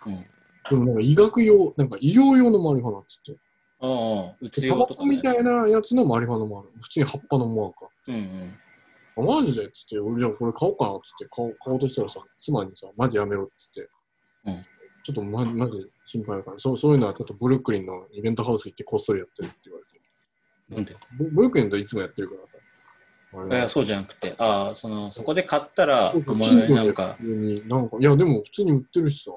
Speaker 2: て
Speaker 1: ん。うん。
Speaker 2: でもなんか医学用、なんか医療用のマリファナっつって。
Speaker 1: ああ、うつ
Speaker 2: で
Speaker 1: よ
Speaker 2: タバ
Speaker 1: と
Speaker 2: コ
Speaker 1: か、ね
Speaker 2: み。たいなやつのマリファナもある。普通に葉っぱのもあるか。
Speaker 1: うんうん。
Speaker 2: あマジでっつって、俺じゃあこれ買おうかなっつって買おう、買おうとしたらさ、妻にさ、マジやめろっつって。
Speaker 1: うん
Speaker 2: ちょっとま、マジ心配だから、そうそういうのはちょっとブルックリンのイベントハウス行ってこっそりやってるって言われて。
Speaker 1: なんで
Speaker 2: ブブルックリンといつもやってるからさ。あれ
Speaker 1: いや、そうじゃなくて、ああ、その、そこで買ったら、
Speaker 2: そうそ
Speaker 1: お
Speaker 2: う
Speaker 1: 前なんか、
Speaker 2: 普通になんか、いやでも普通に売ってるしさ。い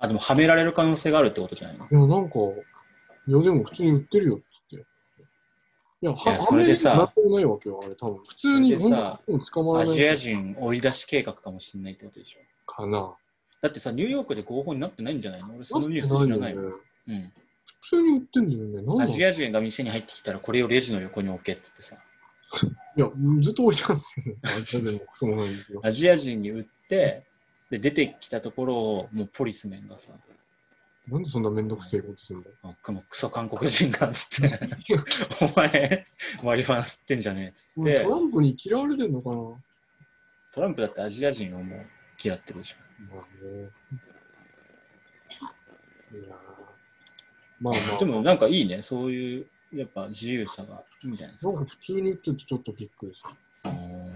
Speaker 1: あ、でもはめられる可能性があるってことじゃないの
Speaker 2: やなんか、いやでも普通に売ってるよっつって。いや、
Speaker 1: いやそれでさ
Speaker 2: なんでもないわけよ、あれ多分。普通に、
Speaker 1: それでさ
Speaker 2: ほんと捕ま
Speaker 1: ア
Speaker 2: らな
Speaker 1: ジア
Speaker 2: い
Speaker 1: 人追い出し計画かもしれないってことでしょ。
Speaker 2: かな。
Speaker 1: だってさ、ニューヨークで合法になってないんじゃないの俺、そのニュース知らないもん。
Speaker 2: よね
Speaker 1: うん。
Speaker 2: 普通に売ってんだよね。なん
Speaker 1: ア
Speaker 2: だ
Speaker 1: ジア人が店に入ってきたら、これをレジの横に置けって言ってさ、
Speaker 2: いや、ずっと置いてあるんだよね。あでも、そうなんですよ。 <laughs>
Speaker 1: アジア人に売って、で、出てきたところを、もうポリスメンがさ、
Speaker 2: なんでそんなめんどくせえことするんだよ。
Speaker 1: あもうクソ韓国人がっつって、お前、マリファナ吸ってんじゃねえっつっ
Speaker 2: 俺
Speaker 1: て
Speaker 2: トラ、ンプに嫌われてんのかな
Speaker 1: トランプだってアジア人をもう嫌ってるでしょ。
Speaker 2: まあね。いやーまあまあ、
Speaker 1: でもなんかいいね、そういう、やっぱ自由さがいいんじゃないです
Speaker 2: な
Speaker 1: か。
Speaker 2: んか普通に売っててちょっとびっくりした。
Speaker 1: あのー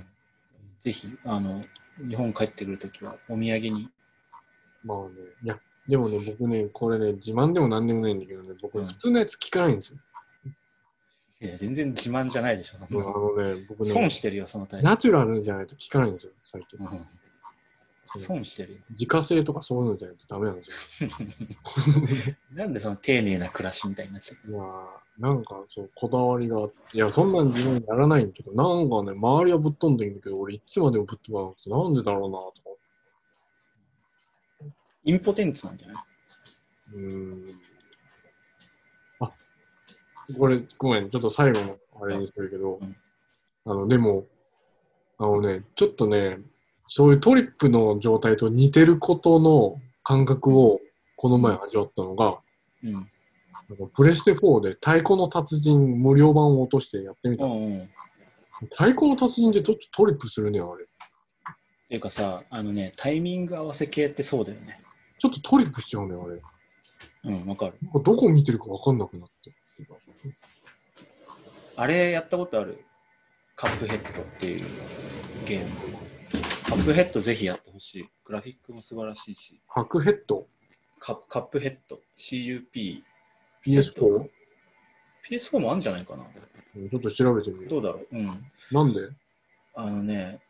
Speaker 1: ぜひ、あの、日本帰ってくるときは、お土産に。
Speaker 2: まあね。いや、でもね、僕ね、これね、自慢でもなんでもないんだけどね、僕、
Speaker 1: うん
Speaker 2: 普通のやつ聞かないんですよ。
Speaker 1: いや、全然自慢じゃないでしょ、そん
Speaker 2: も
Speaker 1: な
Speaker 2: うあのね、僕ね
Speaker 1: 損、してるよ、その態度。
Speaker 2: ナチュラルじゃないと聞かないんですよ、最近。
Speaker 1: うん
Speaker 2: その
Speaker 1: 損してるよ。
Speaker 2: 自家製とかそういうのじゃないとダメなんですよ。
Speaker 1: なんでその丁寧な暮らしみたいになっちゃう
Speaker 2: まあ、なんか、そう、こだわりがあって、いや、そんなん自分やらないんだけど、なんかね、周りはぶっ飛んでるんだけど、俺いつまでもぶっ飛ばなくて、なんでだろうな、とか。
Speaker 1: インポテンツなんじゃないう
Speaker 2: ーん。あ、これ、ごめん、ちょっと最後のあれにするけど
Speaker 1: うん、
Speaker 2: あの、でも、あのね、ちょっとね、そういうトリップの状態と似てることの感覚を、この前味わったのが、
Speaker 1: うん。
Speaker 2: あのプレステ4で太鼓の達人無料版を落としてやってみた
Speaker 1: う
Speaker 2: の
Speaker 1: んうん。っ
Speaker 2: 太鼓の達人でちょっとトリップするね、あれ。
Speaker 1: ていうかさ、あのね、タイミング合わせ系ってそうだよね。
Speaker 2: ちょっとトリップしちゃうね、あれ。
Speaker 1: うん、わかる。
Speaker 2: なんかどこ見てるかわかんなくなって。
Speaker 1: あれやったことあるカップヘッドっていうゲーム。カップヘッドぜひやってほしい。グラフィックも素晴らしいし。
Speaker 2: 核ヘッド
Speaker 1: カカップヘッド、CUP。
Speaker 2: ?PS4? ちょ
Speaker 1: PS4 もあるんじゃないかな
Speaker 2: っと調べてみる。
Speaker 1: どうだろううん。
Speaker 2: なんで
Speaker 1: あのね、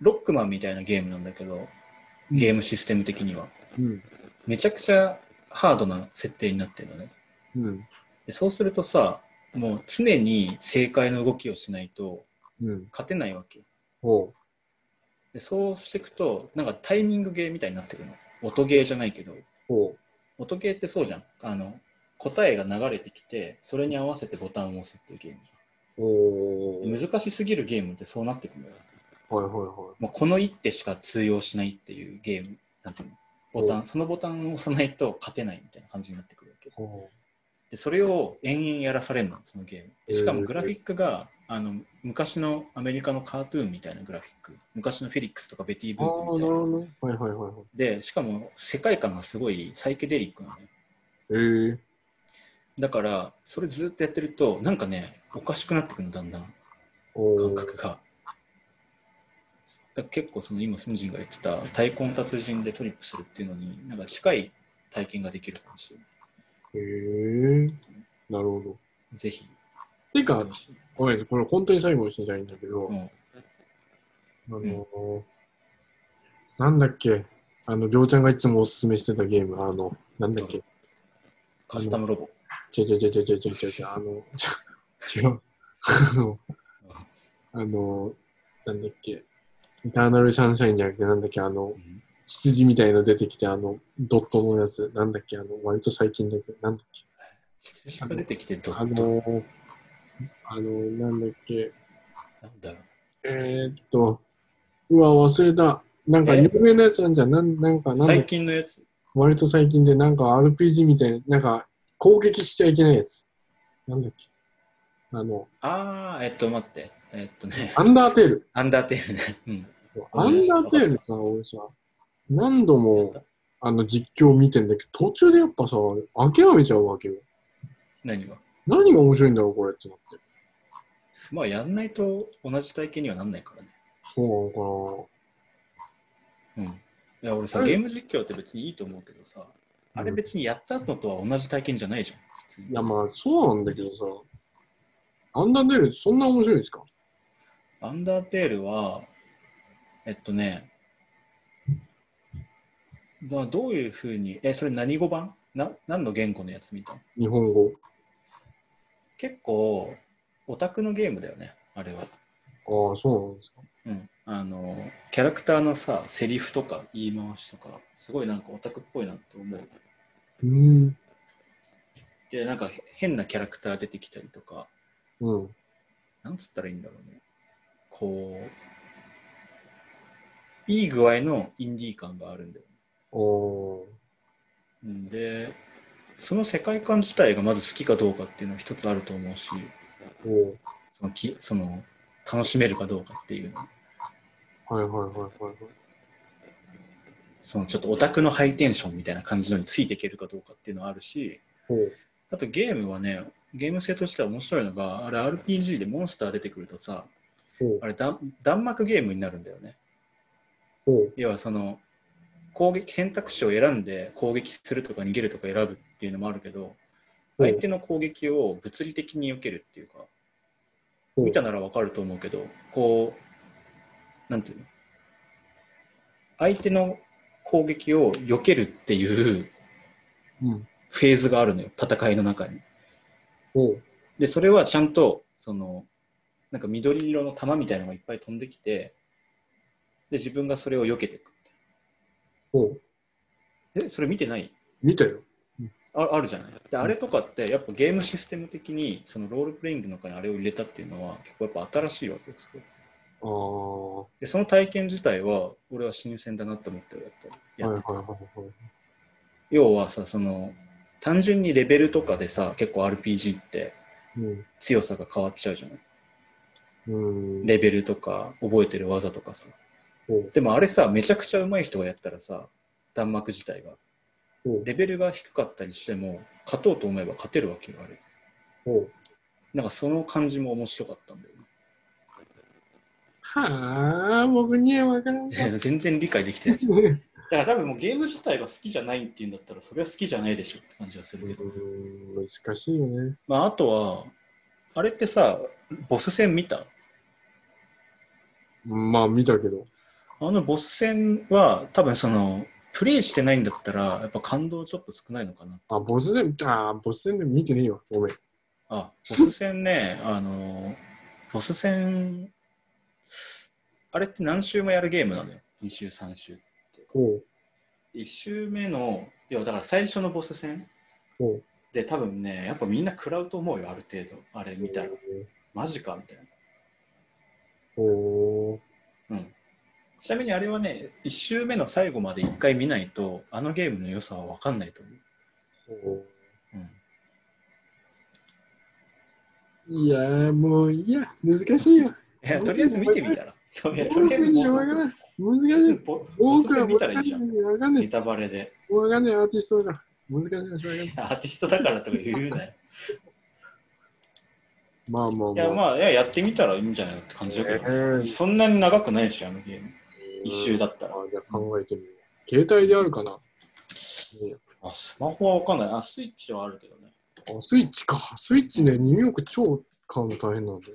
Speaker 1: ロックマンみたいなゲームなんだけど、ゲームシステム的には。
Speaker 2: うん。
Speaker 1: めちゃくちゃハードな設定になってるのね。
Speaker 2: うん。
Speaker 1: でそうするとさ、もう常に正解の動きをしないと
Speaker 2: うん。
Speaker 1: 勝てないわけ。
Speaker 2: おう。
Speaker 1: でそうしていくと、なんかタイミングゲーみたいになってくるの。音ゲーじゃないけど、
Speaker 2: おう。
Speaker 1: 音ゲーってそうじゃん。あの、答えが流れてきて、それに合わせてボタンを押すっていうゲーム
Speaker 2: おう。
Speaker 1: じゃん。難しすぎるゲームってそうなってくるのよ。
Speaker 2: はいはいは
Speaker 1: もうこの一手しか通用しないっていうゲーム、なんていうのボタ
Speaker 2: お
Speaker 1: ン、そのボタンを押さないと勝てないみたいな感じになってくるわけ。
Speaker 2: い。おう
Speaker 1: で、それを延々やらされるの、そのゲーム。でしかもグラフィックが、あの昔のアメリカのカートゥーンみたいなグラフィック昔のフェリックスとかベティ・ブ
Speaker 2: あ
Speaker 1: ート
Speaker 2: あ、
Speaker 1: み
Speaker 2: な
Speaker 1: たい
Speaker 2: るほ
Speaker 1: な
Speaker 2: どね。はいはいはいはい。
Speaker 1: でしかも世界観がすごいサイケデリックなのよ
Speaker 2: ええ
Speaker 1: だからそれずっとやってるとなんかねおかしくなってくるのだんだん
Speaker 2: お
Speaker 1: 感
Speaker 2: お。
Speaker 1: 覚がだから結構その今スンジンが言ってた「太鼓の達人」でトリップするっていうのになんか近い体験ができるかもしれない
Speaker 2: ええなるほど。
Speaker 1: ぜひ
Speaker 2: てか、ごめん、これ本当に最後にしてたいんだけど、
Speaker 1: う
Speaker 2: あ
Speaker 1: ん
Speaker 2: のーなんだっけ、あの、りょうちゃんがいつもおすすめしてたゲーム、あの、なんだっけ、
Speaker 1: カスタムロボ
Speaker 2: ちょちょちょちょちょちょちょちょ、あの、ちょ違う、あの、あの、なんだっけ、イターナルサンシャインじゃなくて、なんだっけ、あの、
Speaker 1: うん
Speaker 2: 羊みたいの出てきて、あの、ドットのやつ、なんだっけ、あの、割と最近だけど、なんだっけ、
Speaker 1: 羊が出てきてド
Speaker 2: あ
Speaker 1: ット
Speaker 2: のー、あのー、なんだっけ、
Speaker 1: なんだろう
Speaker 2: えー、っと、うわ、忘れた。なんか有名なやつなんじゃん、なんなんか、なんだっ
Speaker 1: 最
Speaker 2: け
Speaker 1: 近のやつ
Speaker 2: 割と最近で、なんか RPG みたいな、なんか攻撃しちゃいけないやつ。なんだっけ。あの、
Speaker 1: ああえっと待ってえっとね
Speaker 2: アンダーテール。
Speaker 1: アンダーテールねうん
Speaker 2: アンダーテールさ、俺さ、何度もあの実況見てんだけど、途中でやっぱさ、諦めちゃうわけよ。
Speaker 1: 何が
Speaker 2: 何が面白いんだろう、これってなって。
Speaker 1: まあやんないと同じ体験にはなんないからね
Speaker 2: そうなの
Speaker 1: うんいや俺さ
Speaker 2: うん
Speaker 1: ゲーム実況って別にいいと思うけどさあれ別にやったのとは同じ体験じゃないじゃん普通に
Speaker 2: かな。いや、まあ、そうなんだけどさ、アンダーテール、そんな面白いんですか
Speaker 1: アンダーテールは、えっとね、まあ、どういうふうに、え、それ何語版な何の言語のやつ見たの
Speaker 2: 日本語。
Speaker 1: 結構、オタクのゲームだよね、あれは。
Speaker 2: ああ、そうなんですか。
Speaker 1: うん。あの、キャラクターのさ、セリフとか言い回しとか、すごいなんかオタクっぽいなと思う。
Speaker 2: うーん。
Speaker 1: で、なんかへ変なキャラクター出てきたりとか、
Speaker 2: うん。
Speaker 1: なんつったらいいんだろうね。こう、いい具合のインディー感があるんだよ
Speaker 2: おー
Speaker 1: でその世界観自体がまず好きかどうかっていうのは一つあると思うし
Speaker 2: お
Speaker 1: そのきその楽しめるかどうかっていうの
Speaker 2: ーはいはいはいはい。
Speaker 1: そのちょっとオタクのハイテンションみたいな感じのについていけるかどうかっていうのはあるし
Speaker 2: ほう。
Speaker 1: あとゲームはねゲーム性としては面白いのがあれ RPG でモンスター出てくるとさ
Speaker 2: ほう
Speaker 1: あ。れ弾弾幕ゲームになるんだよね
Speaker 2: ほう。
Speaker 1: 要はその攻撃選択肢を選んで攻撃するとか逃げるとか選ぶっていうのもあるけど
Speaker 2: ほう
Speaker 1: 相手の攻撃を物理的に避けるっていうか
Speaker 2: ほう
Speaker 1: 見たならわかると思うけど、こう、なんていうの相手の攻撃を避けるっていう
Speaker 2: うん。
Speaker 1: フェーズがあるのよ、戦いの中に。
Speaker 2: ほう。
Speaker 1: で、それはちゃんと、その、なんか緑色の弾みたいのがいっぱい飛んできて、で、自分がそれを避けていく。
Speaker 2: ほう。
Speaker 1: え、それ見てない
Speaker 2: 見たよ。
Speaker 1: ああるじゃないであれとかってやっぱゲームシステム的にそのロールプレイングの中にあれを入れたっていうのは結構やっぱ新しいわけですよ
Speaker 2: ああ。は
Speaker 1: でその体験自体は俺は新鮮だなと思ってるやっぱり
Speaker 2: い
Speaker 1: や
Speaker 2: はい
Speaker 1: っ
Speaker 2: はいはい。
Speaker 1: 要はさその単純にレベルとかでさ結構 RPG って
Speaker 2: うん。
Speaker 1: 強さが変わっちゃうじゃない
Speaker 2: うん。
Speaker 1: レベルとか覚えてる技とかさ
Speaker 2: ほう。
Speaker 1: でもあれさめちゃくちゃ上手い人がやったらさ弾幕自体が
Speaker 2: ほう。
Speaker 1: レベルが低かったりしても勝とうと思えば勝てるわけよあれ
Speaker 2: ほう。
Speaker 1: なんかその感じも面白かったんだよ
Speaker 2: はあ、僕にはわからんかっ
Speaker 1: ね <laughs> 全然理解できてない
Speaker 2: た。う
Speaker 1: だから多分もうゲーム自体が好きじゃないっていうんだったらそれは好きじゃないでしょって感じはするけど、
Speaker 2: ーん、難しいよね。
Speaker 1: まああとはあれってさボス戦見た
Speaker 2: まあ、見たけど。
Speaker 1: あのボス戦は多分そのプレイしてないんだったらやっぱ感動ちょっと少ないのかな
Speaker 2: あ、ボス戦、あー、ボス戦で見てねえよ。ごめん。
Speaker 1: あボス戦ね <laughs> あのボス戦あれって何周もやるゲームなのよ2周3周
Speaker 2: ほう。
Speaker 1: 1周目のいやだから最初のボス戦
Speaker 2: ほう。
Speaker 1: で多分ねやっぱみんな食らうと思うよある程度あれ見たらマジかみたいな
Speaker 2: ほう。
Speaker 1: うんちなみにあれはね、1周目の最後まで1回見ないと、あのゲームの良さは分かんないと思う。
Speaker 2: ほう。
Speaker 1: うん
Speaker 2: いやー、もういいや、難しいよ。
Speaker 1: いやとりあえず見てみたら。と
Speaker 2: <laughs>
Speaker 1: りあえず
Speaker 2: 本当にわからん難しい。
Speaker 1: ポ
Speaker 2: 多
Speaker 1: 多
Speaker 2: く
Speaker 1: く
Speaker 2: は
Speaker 1: は
Speaker 2: 分
Speaker 1: 見
Speaker 2: か
Speaker 1: た
Speaker 2: ん
Speaker 1: ら
Speaker 2: ない
Speaker 1: い
Speaker 2: <laughs>
Speaker 1: じゃん。
Speaker 2: い。わかんな
Speaker 1: ネ
Speaker 2: い。
Speaker 1: タバレで。
Speaker 2: わかんないアーティストだから。難しい話わかんない。
Speaker 1: アーティストだからとか言うなよ。
Speaker 2: まあまあ
Speaker 1: い
Speaker 2: まあ。
Speaker 1: や、まあ、いややってみたらいいんじゃないのって感じだけど、そんなに長くないし、あのゲーム。一周だったら。
Speaker 2: あじゃあ考えてみよう。携帯であるかな、ね
Speaker 1: あ、スマホはわかんない。あ、スイッチはあるけどね。
Speaker 2: あスイッチか。スイッチね、ニューヨーク超買うの大変なんで。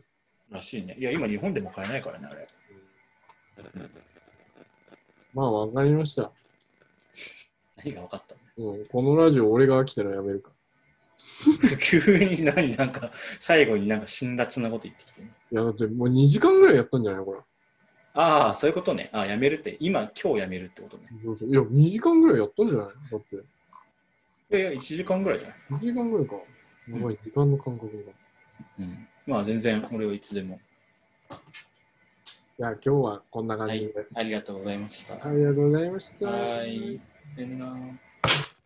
Speaker 1: らしいね。いや、今日本でも買えないからね、あれ。
Speaker 2: まあ、わかりました。
Speaker 1: 何が分かった
Speaker 2: うん、このラジオ、俺が飽きたらやめるか
Speaker 1: の <laughs> 急に何、なんか、最後になんか辛辣なこと言ってきてね。
Speaker 2: ら。いや、だってもう2時間ぐらいやったんじゃないこれ。
Speaker 1: ああ、そういうことね。あやめるって。今、今日やめるってことね。
Speaker 2: そうそういや、2時間ぐらいやったんじゃないだって。
Speaker 1: いやいや、1時間ぐらいじゃない。
Speaker 2: 2時間ぐらいか。やばい、時間の感覚が。
Speaker 1: うん。まあ、全然、俺はいつでも。
Speaker 2: じゃあ、今日はこんな感
Speaker 1: は
Speaker 2: じ
Speaker 1: い
Speaker 2: で。。
Speaker 1: ありがとうございました。
Speaker 2: ありがとうございました。
Speaker 1: はい。さよなら